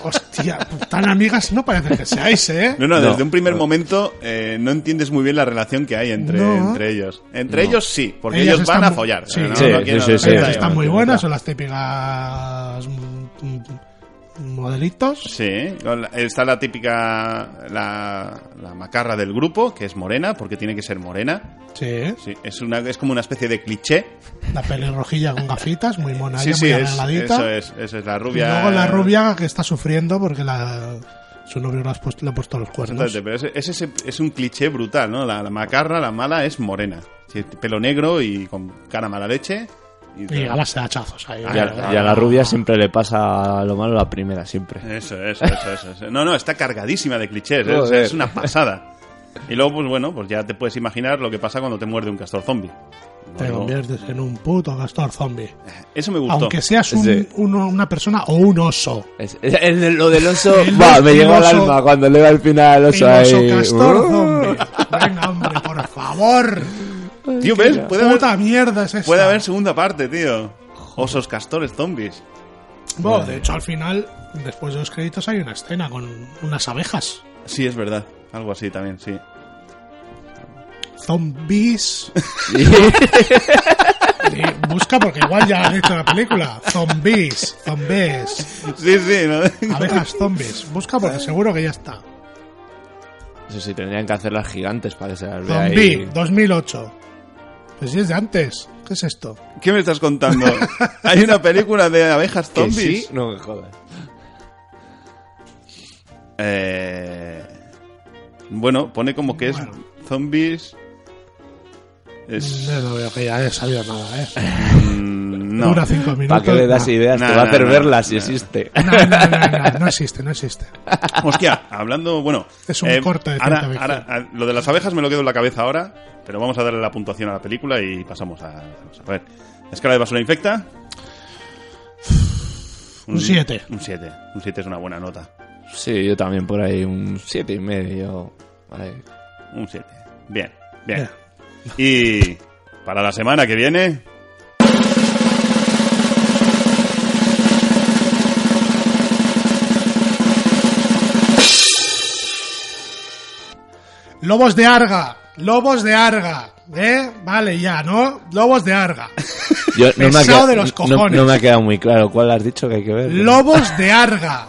Hostia, tan amigas no parece que seáis, ¿eh? No, no, No. desde un primer momento eh, no entiendes muy bien la relación que hay entre, No. entre ellos. Entre ellos sí, porque Ellas ellos van están a mu- follar. sí. No, Sí, no sí, quiero- sí, no sí. quiero- Ellas pues están muy efectivamente, buenas, verdad. son las típicas mm, mm, modelitos. Sí, con la- está la típica, la, la macarra del grupo, que es morena, porque tiene que ser morena. Sí. Sí, es, una, es como una especie de cliché. La pelirrojilla con gafitas, muy mona, Sí, ella, sí, muy es, arregladita. eso es, eso es la Y rubia. luego la rubia que está sufriendo porque la, su novio le, has puesto- le ha puesto los cuernos. Exactamente, pero ese- ese es, es un cliché brutal, ¿no? La, la macarra, la mala, es morena. Sí, pelo negro y con cara mala leche. y- Y a las hachazos ahí. Y a, y a Ah. la rubia siempre le pasa lo malo la primera, siempre. Eso, eso, eso, eso, eso. No, no, está cargadísima de clichés. ¿eh? Joder. O sea, es una pasada. Y luego, pues bueno, pues ya te puedes imaginar lo que pasa cuando te muerde un castor zombie. Te Luego- conviertes en un puto castor zombie. Eso me gustó. Aunque seas un- Sí. uno- una persona o un oso. Es- es- el- lo del oso, El va, oso- me el llegó al oso- alma cuando le va al final el El oso ahí. oso castor Uh. zombie. Venga, hombre, por favor. Tío, ¿ves? Puede haber, Puta mierda es esta. puede haber segunda parte, tío. Osos, castores, zombies. Bueno, de hecho, al final, después de los créditos, hay una escena con unas abejas. Sí, es verdad. Algo así también, sí. Zombies. Y Eh, busca porque igual ya has visto la película. Zombies. Zombies. Sí, sí. ¿no? [laughs] Abejas zombies. Busca porque seguro que ya está. [laughs] Eso sí, tendrían que hacer las gigantes para que se las vea Zombie ahí. 2008. Pues si es de antes. ¿Qué es esto? ¿Qué me estás contando? Hay una película de abejas ¿Que zombies. sí? No me jodas. Eh, Bueno, pone como que es Bueno. zombies. Es... No, no veo que ya haya salido nada, ¿eh? mm, no. Dura cinco minutos. ¿Para qué le das Nah. ideas? Nah, Te va a nah, hacer nah, verlas nah, si nah. existe. No, no, no, no, no, no existe, no existe. Hostia, hablando, bueno. eh, Es un corte de ahora, 30 ahora- a- Lo de las abejas me lo quedo en la cabeza ahora, pero vamos a darle la puntuación a la película y pasamos a. vamos a ver. Escala de basura infecta. Un siete. Un 7. Un 7 es una buena nota. Sí, yo también por ahí un siete y medio. Ahí. Un 7. Bien, bien. Ya. Y para la semana que viene. Lobos de Arga. Lobos de Arga. ¿Eh? Vale, ya, ¿no? Lobos de Arga. Yo, no, me ha Pesado quedado, de los no- cojones. no me ha quedado muy claro cuál has dicho que hay que ver. Lobos de Arga.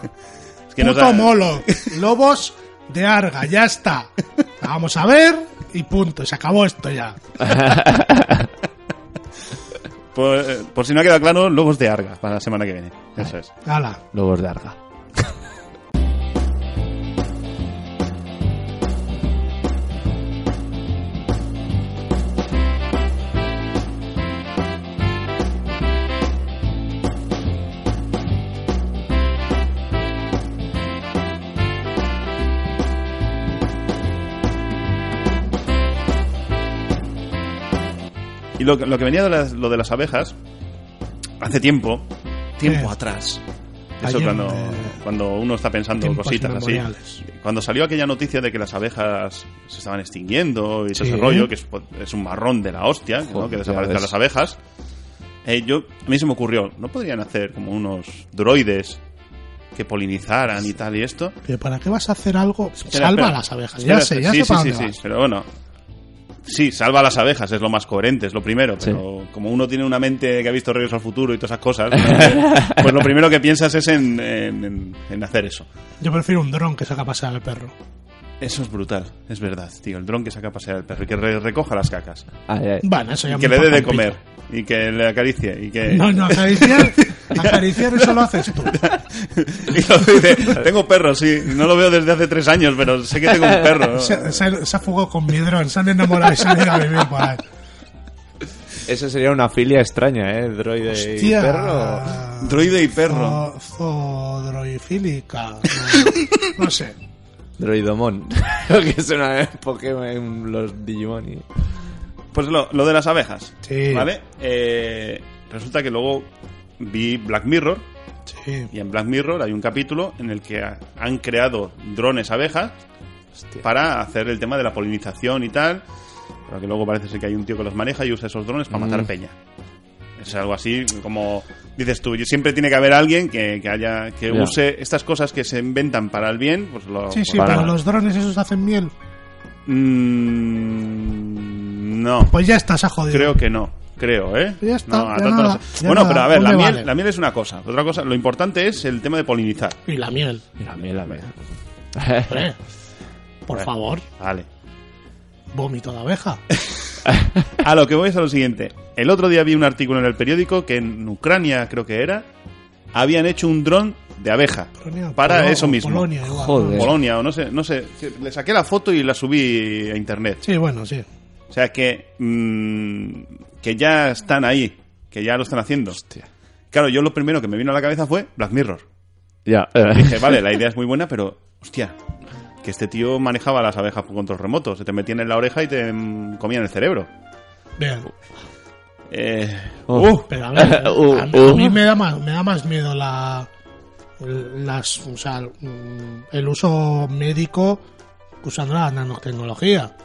que no puto sabe- molo. Lobos de Arga. Ya está. La vamos a ver y punto. Se acabó esto ya. Por, eh, por si no ha quedado claro, Lobos de Arga para la semana que viene. Eso es. Hala. [laughs] Lobos de Arga. Y lo, que- lo que venía de las, lo de las abejas, hace tiempo, tiempo Eh. atrás. Eso Ayer, cuando, eh, cuando uno está pensando tiempos cositas así. inmemoriales. Cuando salió aquella noticia de que las abejas se estaban extinguiendo y todo Sí. ese rollo, que es, pues, es un marrón de la hostia, ¿no? Joder, que ya desaparezcan ves. las abejas, eh, yo, a mí se me ocurrió, ¿no podrían hacer como unos droides que polinizaran y tal y esto? ¿Pero para qué vas a hacer algo? Espera, Salva espera. a las abejas. Espera, ya sé, ya sí, sé sí, para sí, dónde sí, vas. pero bueno. Sí, salva a las abejas, es lo más coherente, es lo primero. Pero como uno tiene una mente que ha visto Regreso al Futuro y todas esas cosas, ¿no? pues lo primero que piensas es en, en- en- en hacer eso. Yo prefiero un dron que saca a pasear al perro. Eso es brutal, es verdad, tío. El dron que saca a pasear al perro y que re- recoja las cacas. Ay, ay. Bueno, eso ya Y me que le dé importa de un pito. comer. Y que le acaricie. Y que... No, no, acariciar, acariciar eso lo haces tú. [laughs] Y lo dice, tengo perro, sí. No lo veo desde hace tres años, pero sé que tengo un perro. [laughs] ¿no? Se, se- se ha fugado con mi dron, se han enamorado y se han ido a vivir por ahí. Eso sería una filia extraña, ¿eh? Droide y perro. Hostia. Droide y perro. Zo- Zoodroifílica. [laughs] No, no sé. Droidomon. [laughs] Lo que suena en Pokémon, los Digimon. y- Pues lo, lo de las abejas. Sí. ¿Vale? Eh, resulta que luego vi Black Mirror. Sí. Y en Black Mirror hay un capítulo en el que ha- han creado drones abejas para hacer el tema de la polinización y tal. Pero que luego parece ser que hay un tío que los maneja y usa esos drones para Mm. matar peña. Es algo así como dices tú. yo- Siempre tiene que haber alguien que, que haya que Ya. use estas cosas que se inventan para el bien. Pues lo, Sí, sí, para- pero los drones esos hacen miel. Mm, no. Pues ya estás, ha jodido. Creo que no. Creo, ¿eh? Ya está, No, a ya tanto nada, no sé. ya bueno, nada, pero a ver, la ¿dónde miel, vale? la miel es una cosa. Otra cosa, lo importante es el tema de polinizar. Y la miel, La miel, la miel. hombre. Por favor, Vale. vómito de [laughs] abeja. A lo que voy es a lo siguiente. El otro día vi un artículo en el periódico que en Ucrania, creo que era, habían hecho un dron de abeja. Polonia, para Polo- eso mismo. Polonia, igual, Joder. ¿no? Polonia, o no sé, no sé. Le saqué la foto y la subí a internet. Sí, bueno, sí. O sea que. mm, que ya están ahí. Que ya lo están haciendo. Claro, yo lo primero que me vino a la cabeza fue Black Mirror. Ya. eh. Dije, vale, la idea es muy buena, pero. Hostia. que este tío manejaba las abejas con control remoto. Se te metían en la oreja y te mm, comían el cerebro. Bien. Eh, Uh. ¡uh! Pero a mí, [laughs] a- Uh, a uh. mí me, da más, me da más miedo la. Las, o sea, mm, el uso médico usando la nanotecnología.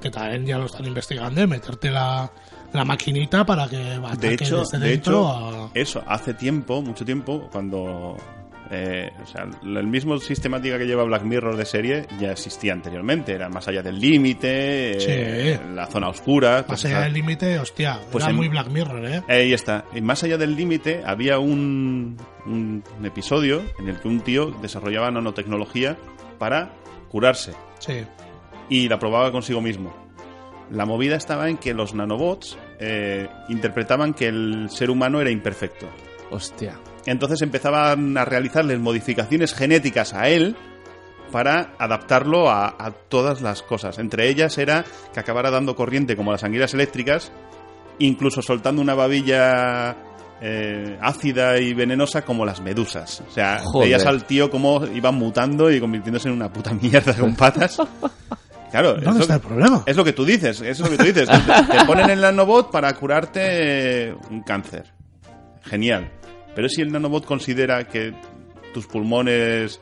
Que también ya lo están investigando, de meterte la, la maquinita para que de ataque hecho, desde de dentro hecho, eh, a- eso, hace tiempo, mucho tiempo, cuando... eh, o sea, el mismo sistemática que lleva Black Mirror de serie ya existía anteriormente. Era más allá del límite, eh, Sí. la zona oscura. Más cosas allá así. del límite, hostia, Pues era en- muy Black Mirror, ¿eh? Ahí está. Y más allá del límite había un, un episodio en el que un tío desarrollaba nanotecnología para curarse Sí. y la probaba consigo mismo. La movida estaba en que los nanobots eh, interpretaban que el ser humano era imperfecto. [laughs] Hostia. Entonces empezaban a realizarles modificaciones genéticas a él para adaptarlo a, a todas las cosas. Entre ellas era que acabara dando corriente como las anguilas eléctricas, incluso soltando una babilla eh, ácida y venenosa como las medusas. O sea, Joder. veías al tío como iba mutando y convirtiéndose en una puta mierda con patas. Claro, es ¿Dónde lo está el que- problema? es lo que tú dices, es lo que tú [laughs] dices. Te, te ponen el nanobot para curarte eh, un cáncer. Genial. Pero si el nanobot considera que tus pulmones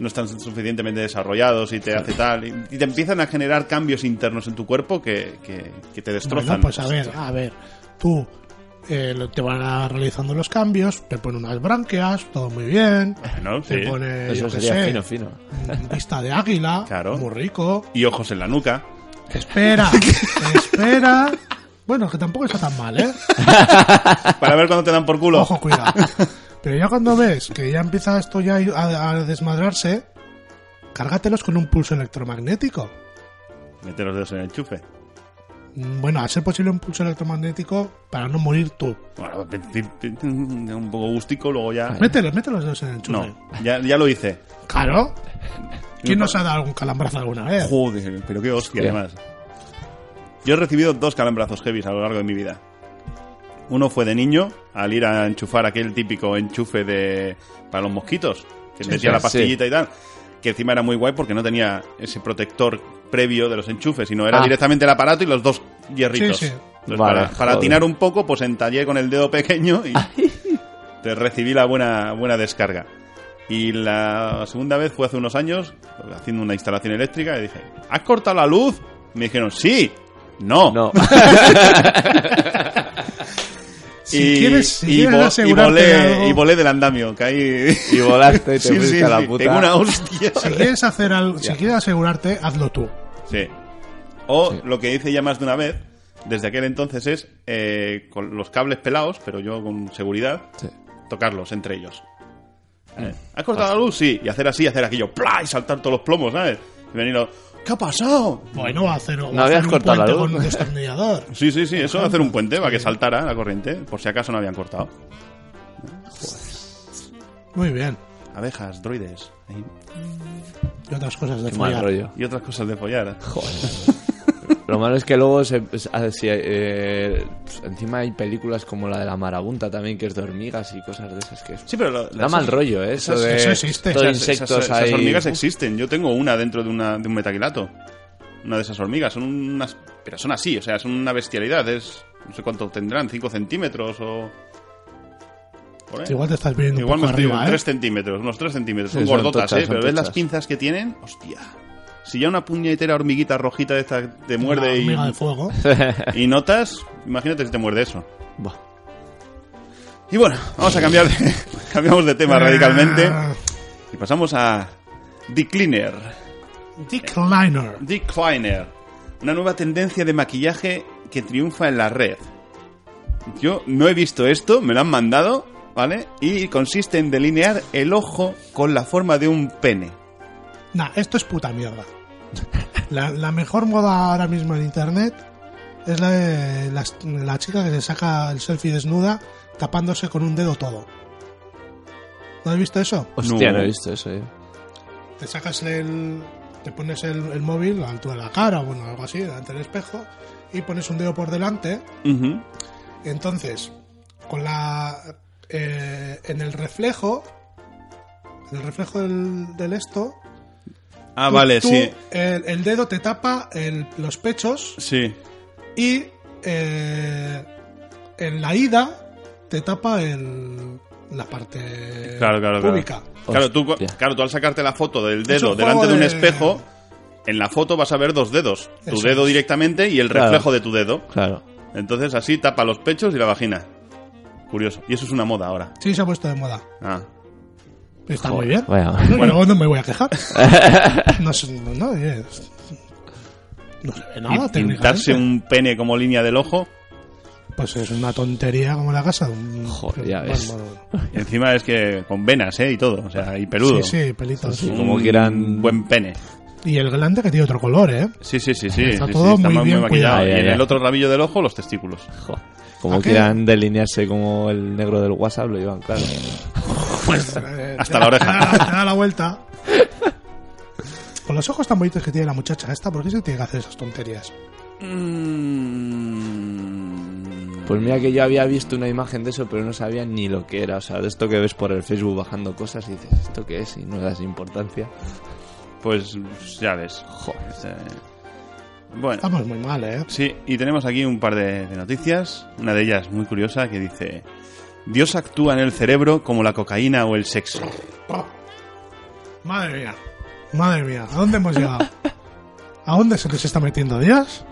no están suficientemente desarrollados y te hace tal, y, y te empiezan a generar cambios internos en tu cuerpo que, que- que te destrozan. Bueno, pues a ver, a ver. Tú eh, lo- te van a- realizando los cambios, te ponen unas branquias, todo muy [laughs] bien. Bueno, Te sí. pone, Eso Eh, yo qué sería sé, fino, fino. vista de águila, Claro. muy rico. Y ojos en la nuca. Espera, espera. Bueno, que tampoco está tan mal, ¿eh? Para ver cuándo te dan por culo. [laughs] Ojo, cuidado. Pero ya cuando ves que ya empieza esto ya a, a desmadrarse, cárgatelos con un pulso electromagnético. Mete los dedos en el enchufe. Mm, Bueno, a ser posible un pulso electromagnético para no morir tú. Bueno, un poco gustico, luego ya. Mételo, mete los dedos en el enchufe. No, ya, ya lo hice. Claro. ¿Quién nos ha dado un calambrazo alguna vez? Joder, pero qué hostia, Hostia. además. Yo he recibido dos calambrazos heavies a lo largo de mi vida. Uno fue de niño, al ir a enchufar aquel típico enchufe de para los mosquitos, que Sí, metía sí, la pastillita y tal, que encima era muy guay porque no tenía ese protector previo de los enchufes, sino era Ah. directamente el aparato y los dos hierritos. Sí, sí. Entonces, Vale, para, para joder. atinar un poco, pues entallé con el dedo pequeño [laughs] y te recibí la buena, buena descarga. Y la segunda vez fue hace unos años, haciendo una instalación eléctrica, y dije, ¿has cortado la luz? Me dijeron, sí, no. [laughs] No. Si y, quieres- si y quieres vo- y asegurarte volé, de algo- y volé del andamio, caí... Y [laughs] volaste y te Sí, fuiste sí, a la sí, puta. tengo una hostia. Si quieres hacer algo, si Ya. quieres asegurarte, hazlo tú. Sí. O lo que hice ya más de una vez, desde aquel entonces, es eh, con los cables pelados, pero yo con seguridad, Sí. Mm. tocarlos entre ellos. Eh, ¿Has cortado Ah, la luz? Sí. Y hacer así, hacer aquello, ¡plá! Y saltar todos los plomos, ¿sabes? Y venir los, ¿qué ha pasado? Bueno, o hacer, o No hacer habías un cortado la puente luz. [laughs] con un destornillador. Sí, sí, sí, eso, hacer un puente para que saltara la corriente, por si acaso no habían cortado. Muy bien. Abejas, droides ahí, Y otras cosas de Qué mal follar. rollo. y otras cosas de follar. Lo malo es que luego se, se- ah, sí, eh, pues, encima hay películas como la de la marabunta también, que es de hormigas y cosas de esas que es... Sí, pero lo- Da mal rollo, ¿eh? Eso, esas- de eso existe. Todo Esas- insectos esas, esas ahí. hormigas existen. Yo tengo una dentro de, una, de un metaquilato. Una de esas hormigas. Son unas. Pero son así, o sea, son una bestialidad. Es. No sé cuánto tendrán, 5 centímetros o. por ahí. Igual te estás viendo Igual un me poco estoy arriba, ¿eh? 3 centímetros, unos 3 centímetros. Sí, son son gordotas, ¿eh? tochas, son Pero ves las tochas. pinzas que tienen, hostia. Si ya una puñetera hormiguita rojita de esta te muerde Una y, hormiga de fuego. y notas, imagínate si te muerde eso. Buah. Y bueno, vamos a cambiar de, [laughs] cambiamos de tema radicalmente Ah, y pasamos a Decliner. Decliner. Dick Kleiner, una nueva tendencia de maquillaje que triunfa en la red. Yo no he visto esto, me lo han mandado, ¿vale? Y consiste en delinear el ojo con la forma de un pene. Nah, esto es puta mierda. [laughs] La, la mejor moda ahora mismo en internet es la de las- la chica que se saca el selfie desnuda tapándose con un dedo todo. ¿No has visto eso? Hostia, No. no. he visto eso, eh. te sacas el. te pones el, el móvil a la altura de la cara, o bueno, algo así, delante del espejo, y pones un dedo por delante. Ujú. Entonces, con la. eh, en el reflejo. En el reflejo del, del esto. Ah, Tú- vale, tú, sí. El, el dedo te tapa el- los pechos Sí. y eh, en la ida te tapa el, la parte Claro, claro, claro. pública. Claro tú, cua- claro, tú al sacarte la foto del dedo un delante de juego un de- espejo, en la foto vas a ver dos dedos. Tu Eso dedo es. directamente y el Claro. reflejo de tu dedo. Claro. Entonces así tapa los pechos y la vagina. Curioso. Y eso es una moda ahora. Sí, se ha puesto de moda. Ah. Está Joder, muy bien. [laughs] vaya. No, Bueno. yo no me voy [laughs] a quejar. No, sé, no, no, es- no se ve Y nada, técnicamente. pintarse un pene como línea del ojo. Pues es una tontería como la casa. un- Joder, ya bueno, ves. bueno, bueno. Y encima es que con venas, ¿eh? Y todo. O sea, y peludo. Sí, sí, pelitos. Sí, sí. Un Como quieran- Buen pene. Y el glande que tiene otro color, [laughs] ¿eh? Sí, sí, sí, sí. Está sí, sí, todo muy bien maquillado. cuidado. Y Ya, en ya, el ya. otro rabillo del ojo, los testículos. Jo, Como ¿A qué? quieran delinearse como el negro del WhatsApp, lo llevan claro. Eh, Hasta te- la Te [laughs] oreja. da, te da la vuelta. Con los ojos tan bonitos que tiene la muchacha esta, ¿por qué se tiene que hacer esas tonterías? Mm. Pues mira que yo había visto una imagen de eso, pero no sabía ni lo que era. O sea, de esto que ves por el Facebook bajando cosas y dices, ¿esto qué es? Y no le das importancia. Pues ya ves. Este, Bueno, Estamos muy mal, ¿eh? sí, y tenemos aquí un par de, de noticias. Una de ellas muy curiosa que dice: Dios actúa en el cerebro como la cocaína o el sexo. Madre mía. Madre mía, ¿a dónde hemos llegado? [laughs] ¿A dónde se nos está metiendo Dios?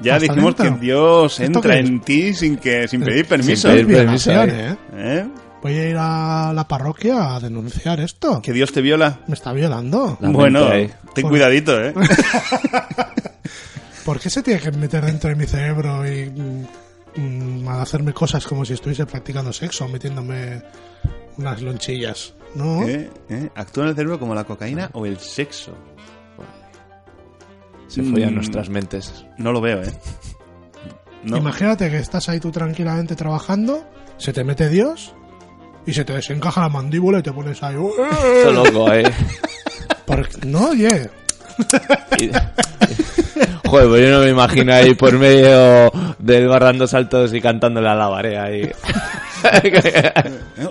Ya ¿Hasta dijimos dentro? que Dios ¿Esto entra qué es? en ti sin que sin pedir permiso. pedir- permiso, Violación, eh. ¿eh? ¿Eh? Voy a ir a la parroquia a denunciar esto. Que Dios te viola. Me está violando. La bueno, mente ten cuidadito, ¿eh? ¿Por qué se tiene que meter dentro de mi cerebro y mm, mm, hacerme cosas como si estuviese practicando sexo, metiéndome unas lonchillas? No. ¿Eh? ¿Eh? Actúa en el cerebro como la cocaína o el sexo. Se follan Mm. nuestras mentes. No lo veo, ¿eh? No. Imagínate que estás ahí tú tranquilamente trabajando, se te mete Dios y se te desencaja la mandíbula y te pones ahí. "Uh, eh". Esto loco, [laughs] eh. Por- [laughs] No, oye. Y- [laughs] Joder, pues yo no me imagino ahí por medio del barrando saltos y cantando la lavaré ahí. Eh,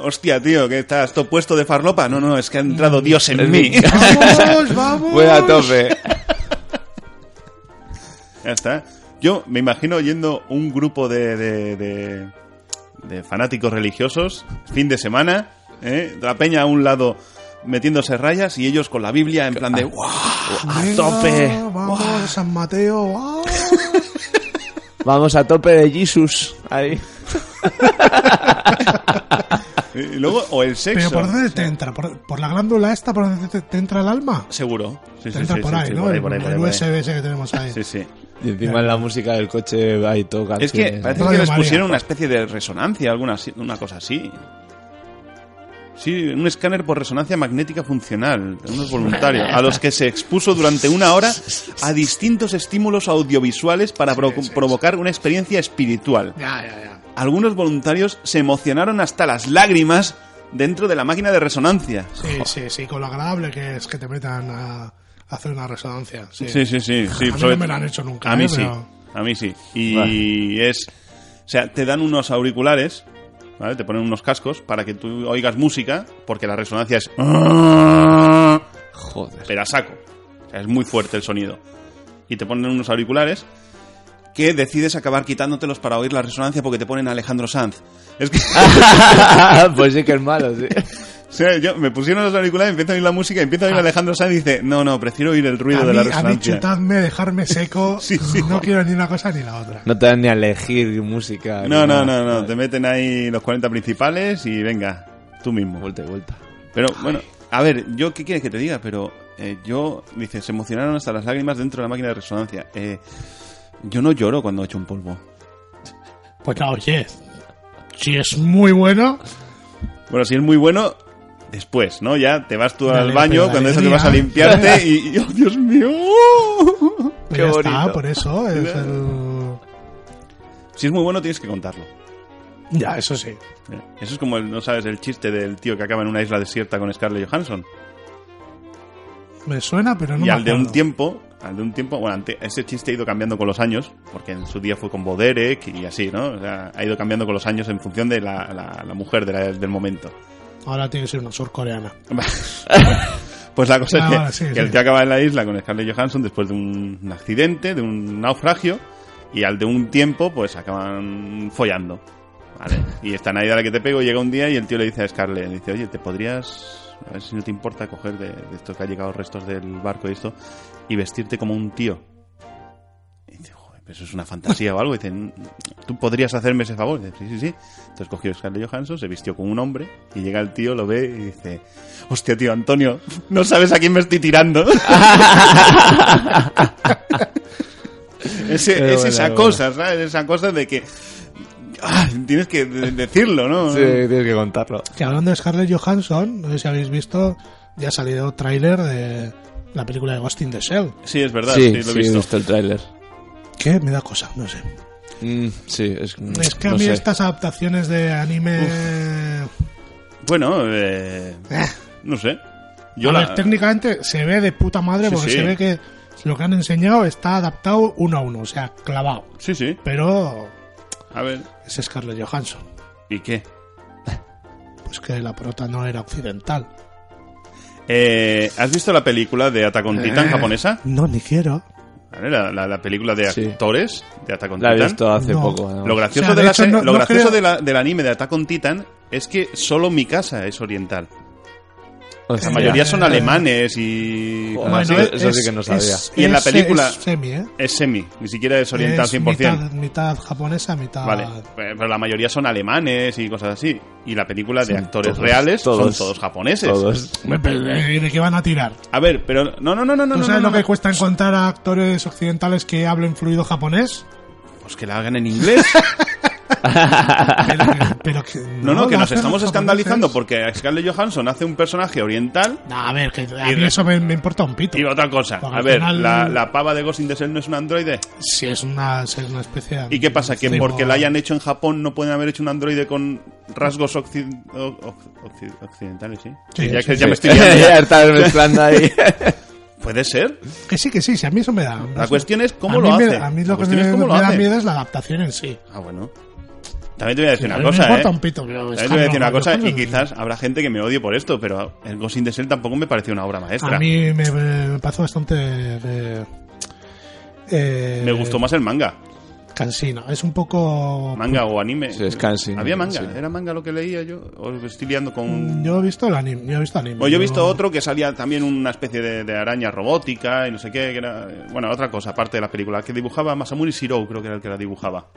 Hostia, tío, que estás todo puesto de farlopa. No, no, es que ha entrado Dios en mí. Vamos, vamos. Voy a tope. ya está. Yo me imagino yendo un grupo de, de, de- de fanáticos religiosos, fin de semana, ¿eh? la peña a un lado metiéndose rayas y ellos con la Biblia en plan de ¡guau! ¡A Venga, tope! Vamos, San Mateo. ah. Vamos a tope de Jesus. Ahí. Y luego, o el Pero sexo. ¿por dónde te entra? ¿Por, por la glándula esta? ¿Por dónde te, te entra el alma? Seguro. Sí, Te sí, entra sí, por sí, ahí, sí, ¿no? por ahí, El- por ahí, por ahí, el por ahí. USB ese que tenemos ahí. Sí, sí. Y encima en la música del coche hay todo Es que canciones. ¿eh? parece que Radio les María. pusieron una especie de resonancia, alguna así- una cosa así. Sí, un escáner por resonancia magnética funcional, de unos voluntarios, a los que se expuso durante una hora a distintos estímulos audiovisuales para pro- provocar una experiencia espiritual. Algunos voluntarios se emocionaron hasta las lágrimas dentro de la máquina de resonancia. Sí, sí, sí, con lo agradable que es que te metan a hacer una resonancia. Sí, Sí, sí, sí. sí, A mí no me lo han hecho nunca, A mí ¿eh? sí. Pero- A mí sí. Y es. O sea, te dan unos auriculares, ¿vale? Te ponen unos cascos para que tú oigas música, porque la resonancia es. Pero Joder. a saco. O sea, es muy fuerte el sonido. Y te ponen unos auriculares que decides acabar quitándotelos para oír la resonancia porque te ponen a Alejandro Sanz. Es que. Ah. [laughs] pues sí que es malo, sí. [laughs] o sea, yo me pusieron los auriculares, empiezo a oír la música, empiezo a oír a Alejandro Sanz y dice: No, no, prefiero oír el ruido A de mí, la a mí resonancia. chutadme, dejarme seco. [laughs] Sí, sí. No quiero ni una cosa ni la otra. No te dan ni a elegir música. ni No, no, nada. no, no. Te meten ahí los 40 principales y venga, tú mismo. Vuelta y vuelta. Pero bueno, a ver, yo, ¿qué quieres que te diga? Pero eh, yo, dice, se emocionaron hasta las lágrimas dentro de la máquina de resonancia. Eh, yo no lloro cuando echo un polvo. Pues no, oye. Si es muy bueno, pues Bueno, si es muy bueno, después, ¿no? Ya te vas tú Dale, al pero baño, la cuando eso te alegría. vas a limpiarte y, y- ¡oh, Dios mío! pues ya está, [laughs] por eso es el... Si es muy bueno, tienes que contarlo. Ya, eso sí. Eh, Eso es como, el, ¿no sabes? El chiste del tío que acaba en una isla desierta con Scarlett Johansson. Me suena, pero no y me al de acuerdo. un tiempo, al de un tiempo, bueno, ante- ese chiste ha ido cambiando con los años, porque en su día fue con Boderek y así, ¿no? O sea, ha ido cambiando con los años en función de la, la- la mujer de la- del momento. [laughs] Ahora tiene que ser una surcoreana. Pues la cosa Ah, es que, vale, sí, que sí. el tío acaba en la isla con Scarlett Johansson después de un un accidente, de un naufragio, y al de un tiempo, pues acaban follando. ¿Vale? Y esta Navidad la que te pego llega un día y el tío le dice a Scarlett, dice, oye, ¿te podrías, a ver si no te importa, coger de, de esto que ha llegado restos del barco y esto, y vestirte como un tío? Y dice, joder, pero eso es una fantasía o algo. Y dice, ¿tú podrías hacerme ese favor? Y dice, sí, sí, sí. Entonces cogió Scarlett Johansson, se vistió como un hombre, y llega el tío, lo ve y dice, hostia, tío, Antonio, no sabes a quién me estoy tirando. Ese- Qué es buena, esa buena. cosa, ¿sabes? Esa cosa de que... ah, tienes que de- decirlo, ¿no? Sí, tienes que contarlo. Que hablando de Scarlett Johansson, no sé si habéis visto, ya ha salido tráiler de la película de Ghost in the Shell. Sí, es verdad, sí, sí, lo he sí, visto. el tráiler. Que me da cosa, no sé. Mm, sí, es, Es que no a mí sé. estas adaptaciones de anime... Bueno, eh, no sé. Yo a la... ver, técnicamente se ve de puta madre Sí, porque sí. se ve que lo que han enseñado está adaptado uno a uno, o sea, clavado. Sí, sí, Pero a ver. es Scarlett Johansson. ¿Y qué? Pues que la prota no era occidental. Eh, ¿Has visto la película de Attack on Eh. Titan japonesa? No, ni quiero. ¿Vale? La, la- la película de Sí. actores de Attack on La he Titan. visto hace No. poco. además. Lo gracioso, O sea, de de la hecho, se- no- lo no gracioso creo- de la- del anime de Attack on Titan es que solo mi casa es oriental. Hostia. La mayoría son Eh, alemanes y... Joder. cosas Bueno, así. eso sí que no sabía. Y en la es- película- es semi, ¿eh? Es semi, ni siquiera es oriental Es 100%. Mitad, mitad japonesa, mitad. Vale, eh, pero la mayoría son alemanes y cosas así. Y la película de Son actores todos, reales todos, son todos japoneses. Todos. Me- eh, me- ¿Y de qué van a tirar? A ver, pero no, no, no, no, no. ¿Tú sabes no, lo no, que no. cuesta encontrar a actores occidentales que hablen fluido japonés? Pues que la hagan en inglés. [laughs] Pero que, pero que [laughs] No, no, que lo nos hacen estamos los escandalizando japoneses. porque Scarlett Johansson hace un personaje oriental No, a ver, que a Y mí re- eso me, me importa un pito. y otra cosa. Porque A al ver, final- la, la pava de Ghost in the Shell no es un androide. Si es una, es una especie de. ¿Y qué pasa? Que Sí, porque no. la hayan hecho en Japón no pueden haber hecho un androide con rasgos occi- o- o- occi- occidentales, ¿sí? Sí, ya sí, que ya Sí. me estoy liando [laughs] Ya ya. [laughs] estás mezclando ahí. Puede ser. Que sí, que sí, si a mí eso me da. La cuestión es cómo a lo mí me- hace. a mí La lo que cuestión me, es cómo lo me da hace. miedo es la adaptación en sí. Ah, bueno. También te voy a decir a una mí me cosa, ¿eh? importa un pito, pero También es te voy a decir Carlos una cosa y González, quizás habrá gente que me odie por esto, pero el Ghost in the Shell tampoco me pareció una obra maestra. A mí me, me pasó bastante. eh, eh, Me gustó más el manga. Cansino. Es un poco. Manga o anime. Sí, es cansino, Había manga. sí. Era manga lo que leía yo. O estoy liando con... Yo he visto el anime. Yo he visto anime. Bueno, yo he visto No- otro que salía también una especie de, de araña robótica y no sé qué. Que era, bueno, otra cosa, aparte de la película, que dibujaba Masamune Shirou, creo que era el que la dibujaba.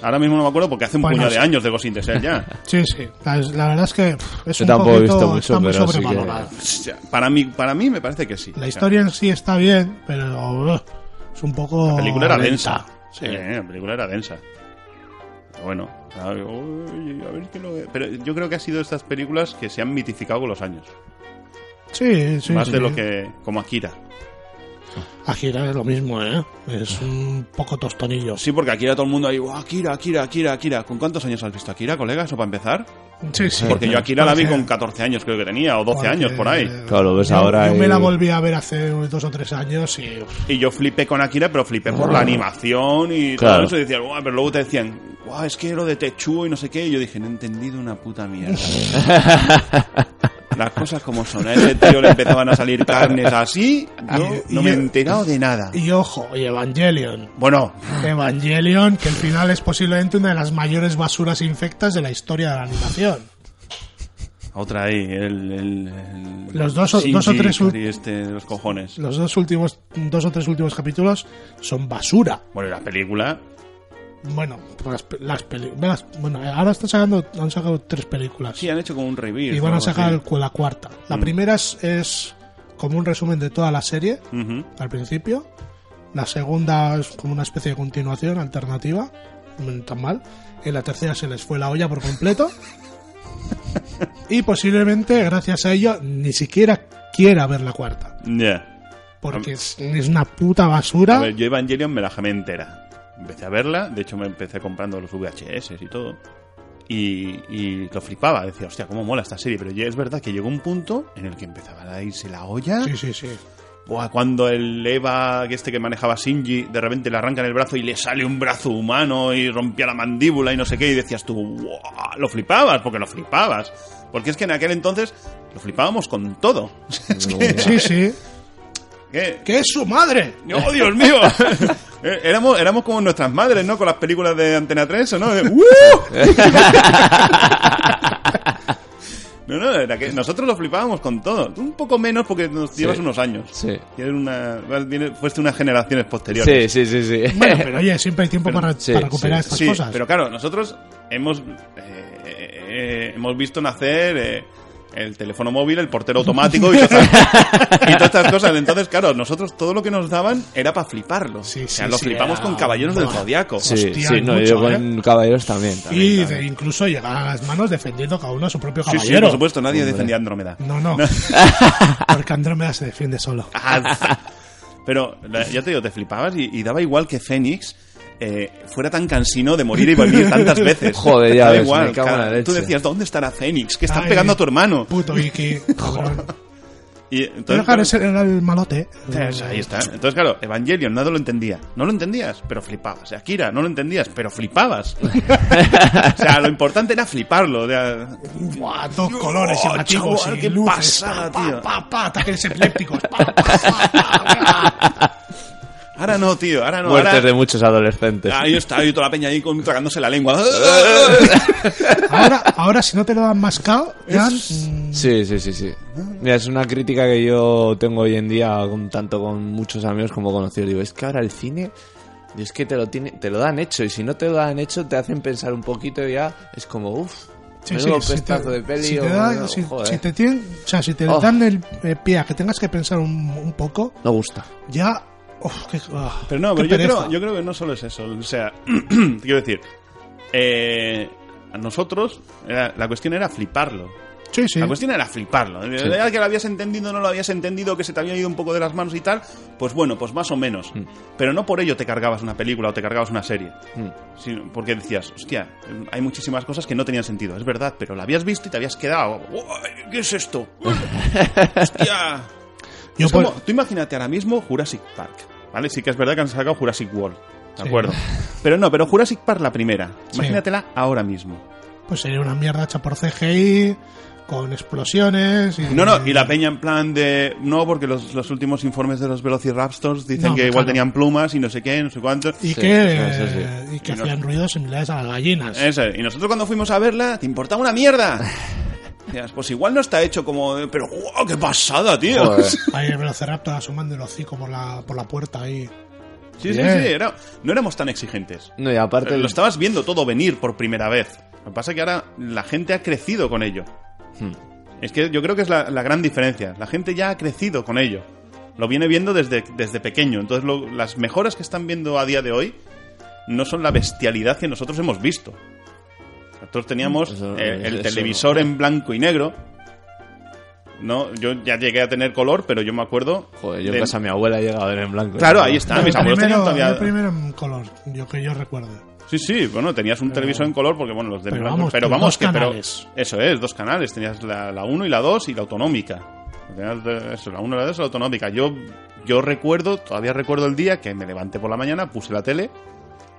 Ahora mismo no me acuerdo porque hace un Bueno, puño de sí. años de Ghost in the Shell ya. [laughs] Sí, sí. La, la verdad es que pff, es Yo un tampoco he poquito, visto mucho, está muy pero sí que- sobrevalorada. O sea, para, mí, para mí me parece que sí. La O sea, historia en sí está bien, pero ugh, es un poco. La película era lenta. densa. Sí, la película era densa. Pero Bueno, a ver, uy, a ver qué lo- Pero yo creo que ha sido de estas películas que se han mitificado con los años. Sí, sí. Más sí. de lo que. como Akira. Akira es lo mismo, ¿eh? Es un poco tostonillo. Sí, porque Akira todo el mundo ahí. "Guau, Akira, Akira, Akira, Akira. ¿Con cuántos años has visto Akira, colega? Eso para empezar. Sí, sí. Porque yo Akira la vi Porque- con 14 años, creo que tenía, o 12 porque- años por ahí. Claro, ves yo, ahora Yo y- me la volví a ver hace unos dos o tres años y. uf, Y yo flipé con Akira, pero flipé por la animación y todo Claro. eso. Y decía, "Guau", pero luego te decían, "Guau, es que lo de Techuo y no sé qué. Y yo dije, no he entendido una puta mierda. Las cosas como son. A ese tío le empezaban a salir carnes así. Yo Y- no y- me he enterado de nada. Y ojo, y Evangelion. Bueno, Evangelion, que el final es posiblemente una de las mayores basuras infectas de la historia de la animación. otra ahí. El, el- el- Los dos o- Shinji dos o tres ul- Ikari este de los cojones. Los dos últimos, dos o tres últimos capítulos son basura. Bueno, y la película. Bueno, las, pe- las películas. Bueno, ahora están sacando, han sacado tres películas. Sí, han hecho como un review. y van a sacar el cu- la cuarta. La Mm. primera es, es como un resumen de toda la serie al principio. La segunda es como una especie de continuación alternativa. No tan mal. En la tercera se les fue la olla [laughs] por completo. y posiblemente, gracias a ello, ni siquiera quiera ver la cuarta. Ya. Porque es, es una puta basura. A ver, yo Evangelion me la jamé entera. Empecé a verla, de hecho me empecé comprando los VHS y todo. Y, y lo flipaba, decía, hostia, cómo mola esta serie. Pero ya es verdad que llegó un punto en el que empezaba a irse la olla. Sí, sí, sí. Buah, cuando el Eva, que este que manejaba Shinji, de repente le arrancan el brazo y le sale un brazo humano y rompía la mandíbula y no sé qué, y decías tú, "Buah", lo flipabas, porque lo flipabas. Porque es que en aquel entonces lo flipábamos con todo. Es que- Sí, sí. ¿Qué? ¡Que es su madre! ¡Oh, Eh, Dios [laughs] mío! Eh, éramos, éramos como nuestras madres, ¿no? Con las películas de Antena 3, ¿o no? De- ¡Uh! [laughs] No, no, era que nosotros lo flipábamos con todo. Tú un poco menos porque nos llevas unos años. Sí. Tienes una, vienes- fuiste unas generaciones posteriores. Sí, sí, sí, sí. Bueno, pero oye, siempre hay tiempo para, sí, para recuperar sí, estas Eh, Sí, cosas. pero claro, nosotros hemos, eh, eh, hemos visto nacer eh, el teléfono móvil, el portero automático y todas, estas, [laughs] y todas estas cosas. Entonces, claro, nosotros todo lo que nos daban era para fliparlo. Sí, o sea, sí, lo sí, flipamos era con Caballeros del una- Zodiaco. Sí, Hostia, sí, hay no, mucho, ¿eh? yo con caballeros también. también, y también. de incluso llegar a las manos defendiendo cada uno a su propio Sí, sí, caballero. por supuesto, nadie defendía Andrómeda. No, no. [laughs] Porque Andrómeda se defiende solo. Ah, Pero la- ya te digo, te flipabas y, y daba igual que Fénix eh, fuera tan cansino de morir y volver tantas veces. [laughs] Joder, ya Daba ves, me cago en la leche. Tú decías, ¿dónde estará Fénix? Que están Ay, pegando a tu hermano. [laughs] Puto Iki. cabrón. Y entonces, Pero claro, claro, ese era el malote. entonces, Pues ahí está. Entonces, claro, Evangelion, nada lo entendía. No lo entendías, pero flipabas. Akira, no lo entendías, pero flipabas. [laughs] o sea, lo importante era fliparlo. o sea, Buah, dos colores Oh, llamativos chaval, y qué luces. pasada, pa, tío. Pa, pa, ataques epilépticos. Pa, pa, pa, pa, pa. ahora no, tío, ahora no. Muertes ahora- de muchos adolescentes. Ahí está, y toda la peña ahí con, tragándose la [laughs] lengua. Ahora, ahora, si no te lo dan mascado, te dan... mm, Sí, sí, sí, sí. Mira, es una crítica que yo tengo hoy en día con, tanto con muchos amigos como conocidos. Digo, es que ahora el cine, digo, es que te lo, tiene, te lo dan hecho y si no te lo dan hecho te hacen pensar un poquito y ya es como, uff, sí, sí, menudo si te- pestazo de peli. si o te da- menudo- si- joder, si te tienen- o sea, si te Oh. dan el eh, pie a que tengas que pensar un, un poco, No gusta. ya... uf, qué- ah, Pero no, qué pero yo pereza. creo, yo creo que no solo es eso. O sea, [clears throat] quiero decir, eh, a nosotros era- la cuestión era fliparlo. Sí, sí. La cuestión era fliparlo. Era que lo habías entendido, no lo habías entendido, que se te había ido un poco de las manos y tal. Pues bueno, pues más o menos. Mm. Pero no por ello te cargabas una película o te cargabas una serie. Mm. Sino porque decías, hostia, hay muchísimas cosas que no tenían sentido. Es verdad, pero la habías visto y te habías quedado. "Uy, ¿Qué es esto? Uy, ¡Hostia! [laughs] Yo pues, Es por- como- tú imagínate ahora mismo Jurassic Park, ¿vale? Sí que es verdad que han sacado Jurassic World, ¿de acuerdo? Pero no, pero Jurassic Park la primera, Sí. imagínatela ahora mismo. Pues sería una mierda hecha por CGI, con explosiones. Y, No, no, y la peña en plan de... No, porque los, los últimos informes de los Velociraptors dicen No, que igual claro. tenían plumas y no sé qué, no sé cuánto. Sí, Y que, sí, sí, y que Y no- hacían ruidos similares a las gallinas. Eso, y nosotros cuando fuimos a verla, ¿te importaba una [sighs] mierda? Decías, Pues igual no está hecho como... de- Pero, ¡guau, qué pasada, tío! Joder. Ahí el velociraptor asomando el hocico por la, por la puerta ahí. [laughs] Sí, sí, sí, Bien. era- no éramos tan exigentes. No, y aparte... Eh, Lo estabas viendo todo venir por primera vez. Lo que pasa es que ahora la gente ha crecido con ello. Hmm. Es que yo creo que es la, la gran diferencia. La gente ya ha crecido con ello. Lo viene viendo desde, desde pequeño. Entonces lo- las mejoras que están viendo a día de hoy no son la bestialidad que nosotros hemos visto. Nosotros teníamos Eso- eh, el eso- televisor en blanco y negro. No, yo ya llegué a tener color, pero yo me acuerdo. Joder, yo en de- casa de mi abuela he llegado a ver en blanco. "Ah, Claro, ahí está. Yo Ah, mis abuelos primero, tenían todavía. yo primero en color, yo que yo recuerdo. Sí, sí, bueno, tenías un televisor en color porque, bueno, los de pero blanco- vamos, pero pero vamos, dos que pero- canales. eso es, dos canales, tenías la, la 1 y la 2 y la autonómica. Tenías de- eso, la 1 y la 2 y la autonómica. Yo, yo recuerdo, todavía recuerdo el día que me levanté por la mañana, puse la tele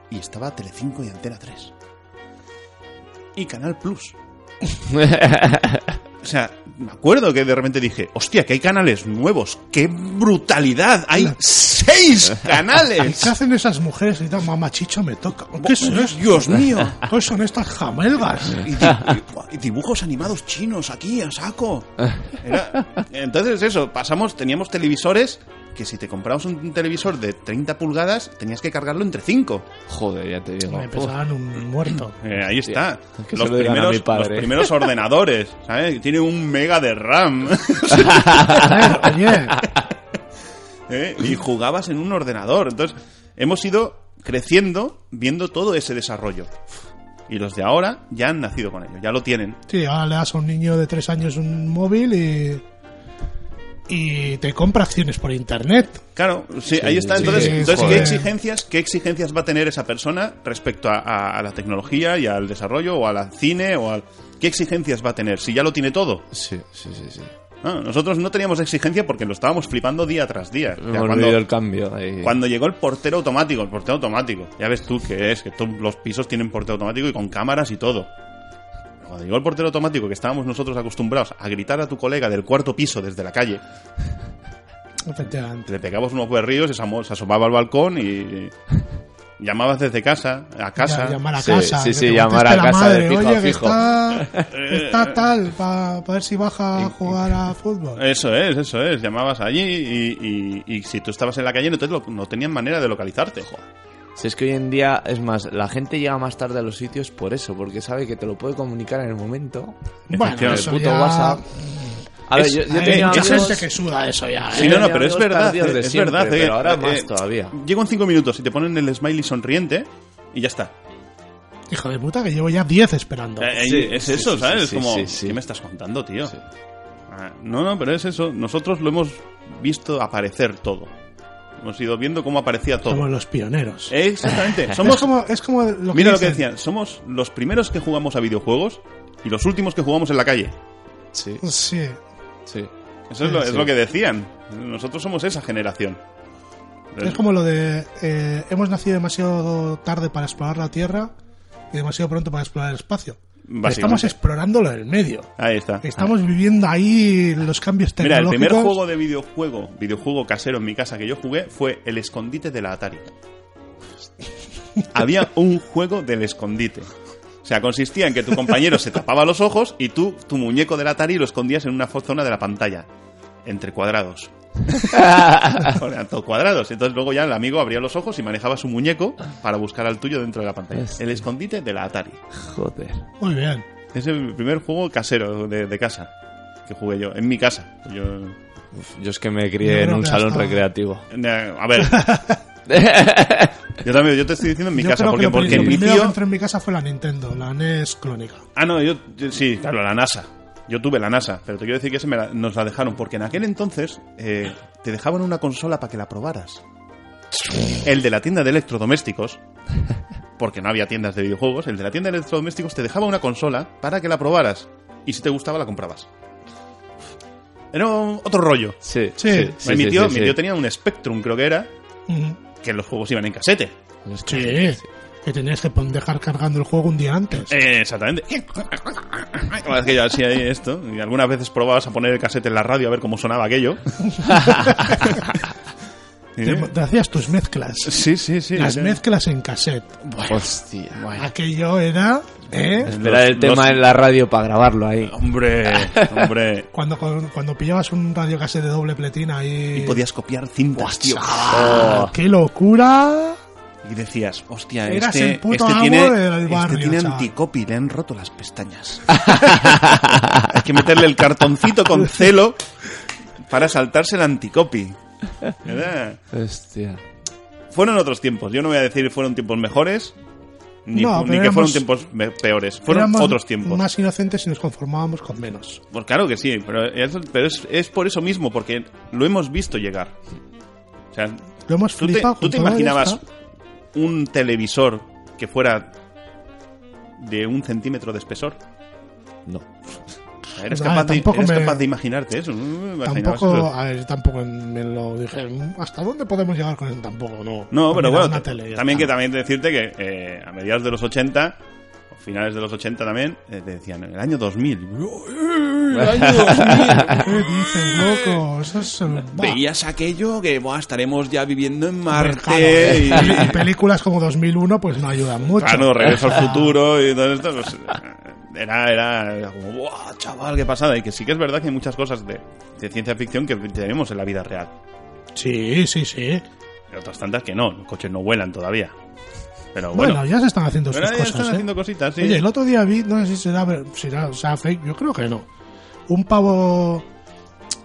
y estaba Telecinco y Antena 3. Y Canal Plus. O sea, me acuerdo que de repente dije, hostia, que hay canales nuevos, qué brutalidad, hay seis ¿Y qué canales. hacen esas mujeres y tan mamachicho me toca? ¿Qué es eso? Dios [laughs] mío. ¿Qué Pues son estas jamelgas? y, [laughs] di- y dibujos animados chinos aquí a saco. Era- entonces eso, pasamos, teníamos televisores que si te comprabas un televisor de 30 pulgadas tenías que cargarlo entre 5. Joder, ya te digo. Me pesaban un muerto. Eh, ahí está. Hostia, que Los se lo digan a mi primeros, padre. los primeros ordenadores, ¿sabes? Tiene un mega de [laughs] RAM. A ver, oye, ¿eh? Y jugabas en un ordenador. Entonces, hemos ido creciendo viendo todo ese desarrollo. Y los de ahora ya han nacido con ello, ya lo tienen. sí, ahora le das a un niño de tres años un móvil y... Y te compra acciones por internet. Claro, sí, ahí está. sí, Entonces, sí, entonces ¿qué, joder. exigencias, ¿qué exigencias va a tener esa persona respecto a, a- a la tecnología y al desarrollo o al cine o al... ¿Qué exigencias va a tener si ya lo tiene todo? Sí, sí, sí, sí. No, nosotros no teníamos exigencia porque lo estábamos flipando día tras día. O sea, Hemos vivido el cambio. ahí. cuando llegó el portero automático, el portero automático. Ya ves tú que es, que to- los pisos tienen portero automático y con cámaras y todo. Cuando llegó el portero automático, que estábamos nosotros acostumbrados a gritar a tu colega del cuarto piso desde la calle, Efectivamente. le pegabamos unos berríos, se, asomó- se asomaba al balcón [laughs] y llamabas desde casa, a casa. Ya, llamar a Sí, casa. sí, que sí, te llamar a conteste la casa de madre, fijo a Oye, que fijo". está, está tal, para ver si baja a jugar a Eh, fútbol. Eso es, eso es. Llamabas allí y, y- y si tú estabas en la calle no, te lo- no tenían manera de localizarte. Si es que hoy en día, es más, la gente llega más tarde a los sitios por eso, porque sabe que te lo puede comunicar en el momento. Bueno, Efectivamente. eso el puto ya... WhatsApp. A ver, Es- yo, yo Hay- tenía hay amigos- gente que suda eso ya. ¿eh? Sí, no, no, Tenía pero es amigos verdad. tardíos de Es siempre, verdad. eh, pero ahora eh, más todavía. Llegan cinco minutos y te ponen el smiley sonriente y ya está. Hijo de puta, que llevo ya 10 esperando. Eh, eh, Sí, es sí, eso, sí, ¿sabes? sí, es sí, como, sí, sí. ¿qué me estás contando, tío? Sí. Ah, No, no, pero es eso. Nosotros lo hemos visto aparecer todo. Hemos ido viendo cómo aparecía todo. Eh, Somos los pioneros. eh, Exactamente. Somos Somos como, [laughs] es como lo que Mira lo que dicen. decían, somos los primeros que jugamos a videojuegos y los últimos que jugamos en la calle. Sí, Sí, sí. Eso es lo, Sí. es lo que decían. Nosotros somos esa generación. es como lo de eh, hemos nacido demasiado tarde para explorar la Tierra y demasiado pronto para explorar el espacio. Estamos Básicamente. explorándolo en el medio. Ahí está. Estamos viviendo ahí los cambios Mira, el tecnológicos. primer juego de videojuego, videojuego casero en mi casa que yo jugué fue El escondite de la Atari. Había un juego del escondite. O sea, consistía en que tu compañero se tapaba los ojos y tú, tu muñeco del Atari, lo escondías en una fo- zona de la pantalla. Entre cuadrados. Eran todos cuadrados. Entonces luego ya el amigo abría los ojos y manejaba su muñeco para buscar al tuyo dentro de la pantalla. Hostia. El escondite de la Atari. Joder. Muy bien. Es el primer juego casero de, de casa que jugué yo. En mi casa. Yo Uf, yo es que me Yo crié en creo un que salón hasta- recreativo. Eh, A [laughs] ver. yo también, yo te estoy diciendo en mi Yo casa, creo que porque, lo porque primero mi que tío. entró en mi casa fue la Nintendo, la E NES clónica. Ah, no, yo, yo- sí, claro, la NASA. Yo tuve la NASA, pero te quiero decir que se me la- nos la dejaron, porque en aquel entonces eh, te dejaban una consola para que la probaras. El de la tienda de electrodomésticos, porque no había tiendas de videojuegos, el de la tienda de electrodomésticos te dejaba una consola para que la probaras y si te gustaba la comprabas. Era otro rollo. Sí, Sí. sí. sí, mi sí, tío, sí, mi sí. tío tenía un Spectrum, creo que era, Ujú. que los juegos iban en casete. Sí, que tenías que pon- dejar cargando el juego un día antes. Eh, exactamente. Como aquello así, ahí, esto. Y algunas veces probabas a poner el casete en la radio a ver cómo sonaba [laughs] aquello. Y- Te, te hacías tus mezclas. eh. sí, sí, sí. Las Era- mezclas en cassette. Hostia. Aquello era. ¿eh? Esperar el Los- tema los- en la radio para grabarlo ahí. Hombre, hombre. Cuando, cuando pillabas un radiocassette de doble pletina y. Y podías copiar cintas, tío. ¡Ah, ¡Qué locura! Y decías, hostia, Eras este, el puto este amo tiene, del barrio, este tiene chaval. anticopy, le han roto las pestañas. [laughs] Hay que meterle el cartoncito con celo para saltarse el anticopy. ¿Verdad? Hostia. Fueron otros tiempos. Yo no voy a decir fueron tiempos mejores, ni, No, ni pero que fueron éramos- tiempos me- peores. Fueron Éramos otros tiempos. Más inocentes y nos conformábamos con menos. Pues claro que sí, pero, es, pero es, es por eso mismo, porque lo hemos visto llegar. O sea, Lo hemos ¿tú te, flipado. tú con te todo imaginabas esto. un televisor que fuera de un centímetro de espesor? No. ¿Eres, No, capaz, de, tampoco eres me- capaz de imaginarte eso? ¿No imaginabas Tampoco, eso? a ver, yo tampoco me lo dije. ¿Hasta dónde podemos llegar con eso? Tampoco, no. No, pero Mirar bueno, una ta- tele y ya también que está. también decirte que eh, a mediados de los 80, o finales de los 80 también, eh, te decían el año 2000. ¡El año 2000! ¿Qué dices, loco? Eso [laughs] es. eh, bah. Veías aquello que "Buah, estaremos ya viviendo en Ah, Claro, Marte. y- y películas como 2001 pues no ayudan [laughs] mucho. Claro, regreso al futuro y todo esto. pues, era, era, era como, ¡buah, chaval, qué pasada! Y que sí que es verdad que hay muchas cosas de, de ciencia ficción que tenemos en la vida real. Sí, sí, sí. Y otras tantas que no, los coches no vuelan todavía. Pero Bueno, bueno, ya se están haciendo sus pero ya cosas. están ¿eh? haciendo cositas, sí. Oye, el otro día vi, no sé si será, ver- será, será fake, yo creo que no. Un pavo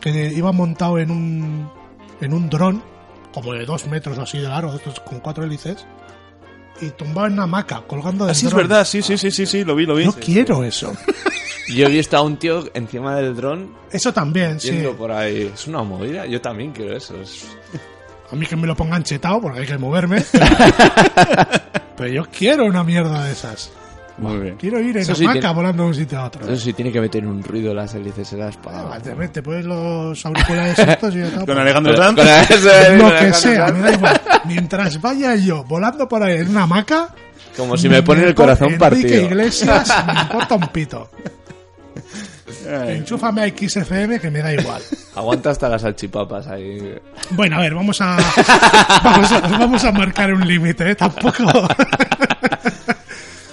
que iba montado en un en un dron, como de dos metros o así de largo, de estos con cuatro hélices, y tumbado en una hamaca, colgando del Así es dron. verdad, Ah, sí, sí, sí, sí, sí, lo vi, lo vi. Yo [laughs] quiero eso. Yo he visto a un tío encima del dron Eso también, sí. yendo por ahí. Es una movida. Yo también quiero eso. Es- A mí que me lo pongan [laughs] chetado porque hay que moverme. Pero yo quiero una mierda de esas. Muy bien. Quiero ir en Eso sí hamaca tiene- volando de un sitio a otro. Eso sí, tiene que meter un ruido las hélices esas para... Ah, Te metes, pones los auriculares estos y ya está. pues. Con Alejandro Con- Sanz. con- eso es, [laughs] Lo con que Alejandro sea, Sanz. me da igual. Mientras vaya yo volando por ahí en una hamaca. Como si me ponen el co- corazón Enrique partido. Iglesias [laughs] me importa un pito. Ay, Enchúfame a XFM que me da igual. Aguanta hasta las salchipapas ahí. Bueno, a ver, vamos a. [laughs] Vamos a, vamos a marcar un límite, ¿eh? Tampoco. [laughs]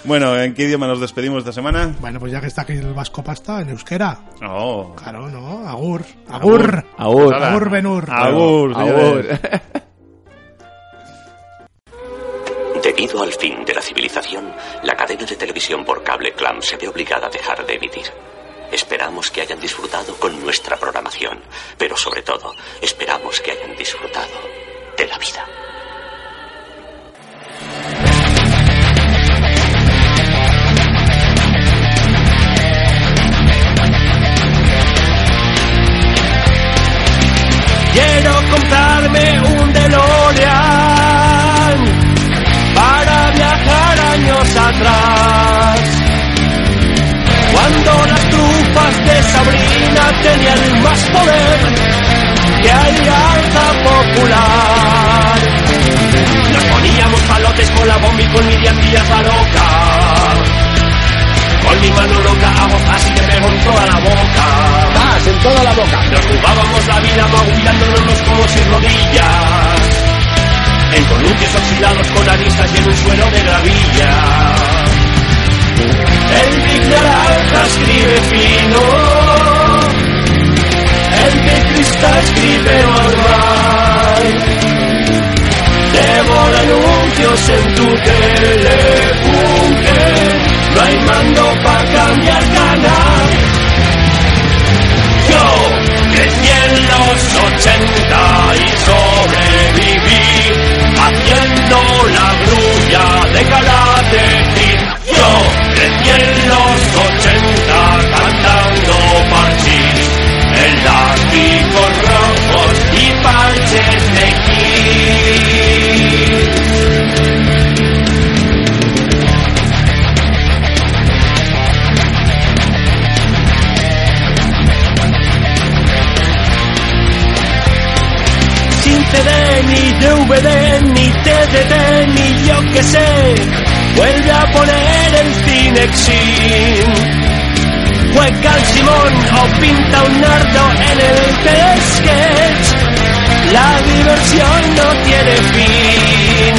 Bueno, ¿en qué idioma nos despedimos esta semana? Bueno, pues ya que está aquí el Vasco Pasta, en euskera. Oh. Claro, ¿no? Agur. Agur. Agur. Agur, Benur. Agur, Agur. señores. Debido al fin de la civilización, la cadena de televisión por cable Clam se ve obligada a dejar de emitir. Esperamos que hayan disfrutado con nuestra programación, pero sobre todo, esperamos que hayan disfrutado de la vida. Quiero comprarme un DeLorean para viajar años atrás. Cuando las trufas de Sabrina tenían más poder que alianza popular. Nos poníamos palotes con la bomba y con mi diantilla loca. Con mi mano loca hago así te pego en toda la boca. Vas en toda la boca. Nos jugábamos la vida magullándonos como sin rodillas. En columpios oxidados con aristas y en un suelo de gravilla. El Big Naranja escribe fino. El Big Cristal escribe normal. Devora anuncios en tu telefunken. No hay mando para cambiar canal. Yo crecí en los 80 y sobreviví haciendo la grulla de Karate Kid. Yo crecí en los 80 cantando parchís, elásticos rojos y parches de Kid. sin CD, ni DVD, ni TDD, ni yo que sé. Vuelve a poner el Cinexin. Juega el Simón o pinta un nardo en el telesketch. La diversión no tiene fin.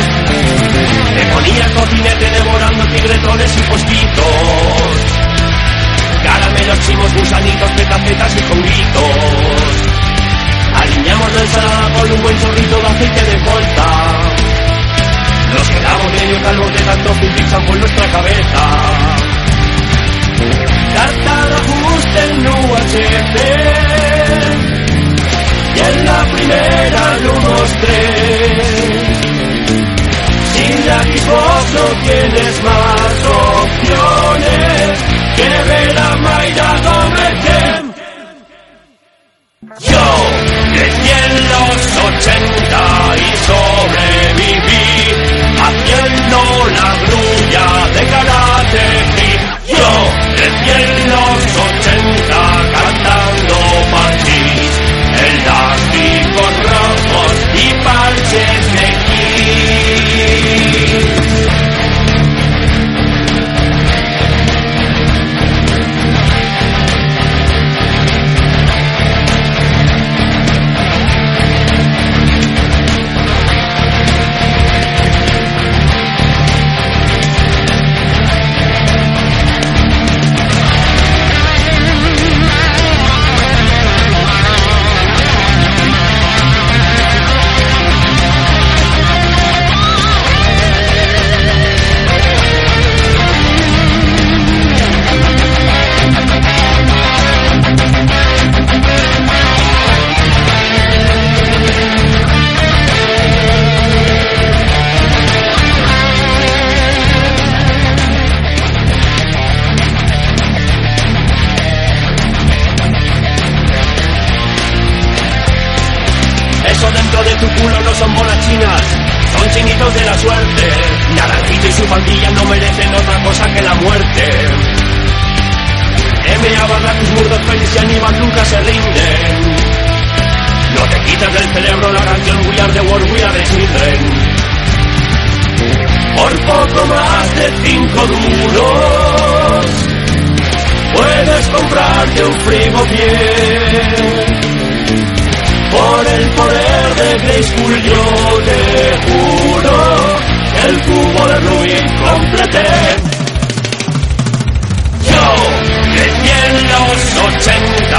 Me ponía cocinete devorando tigretones y postitos. Caramelos, chimos, gusanitos, petacetas y conguitos. Alineamos la ensalada con un buen chorrito de aceite de colza. Nos quedamos medio calvos de tanto pizza por nuestra cabeza. Tartara justo en UHF. Y en la primera en unos tres. Sin la Xbox no tienes más opciones que ver a Mayra Gómez Kemp. Yo crecí en los 80 y sobreviví haciendo la grulla de karate Kid. Yo crecí en los 80 cantando parchís, elásticos rojos y parches de Kid. Eso dentro de tu culo no son bolas chinas, son son chinitos de la suerte. Naranjito y su pandilla no merecen otra cosa que la muerte. M.A. Barra, tus murdos feliz y Aníbal nunca se rinden. No te quitas del cerebro la canción We Are the World, We Are the Children. Por poco más de cinco duros puedes comprarte un primo bien. Por el poder de Graceful yo te juro el cubo de Rubik completé. Yo crecí en los 80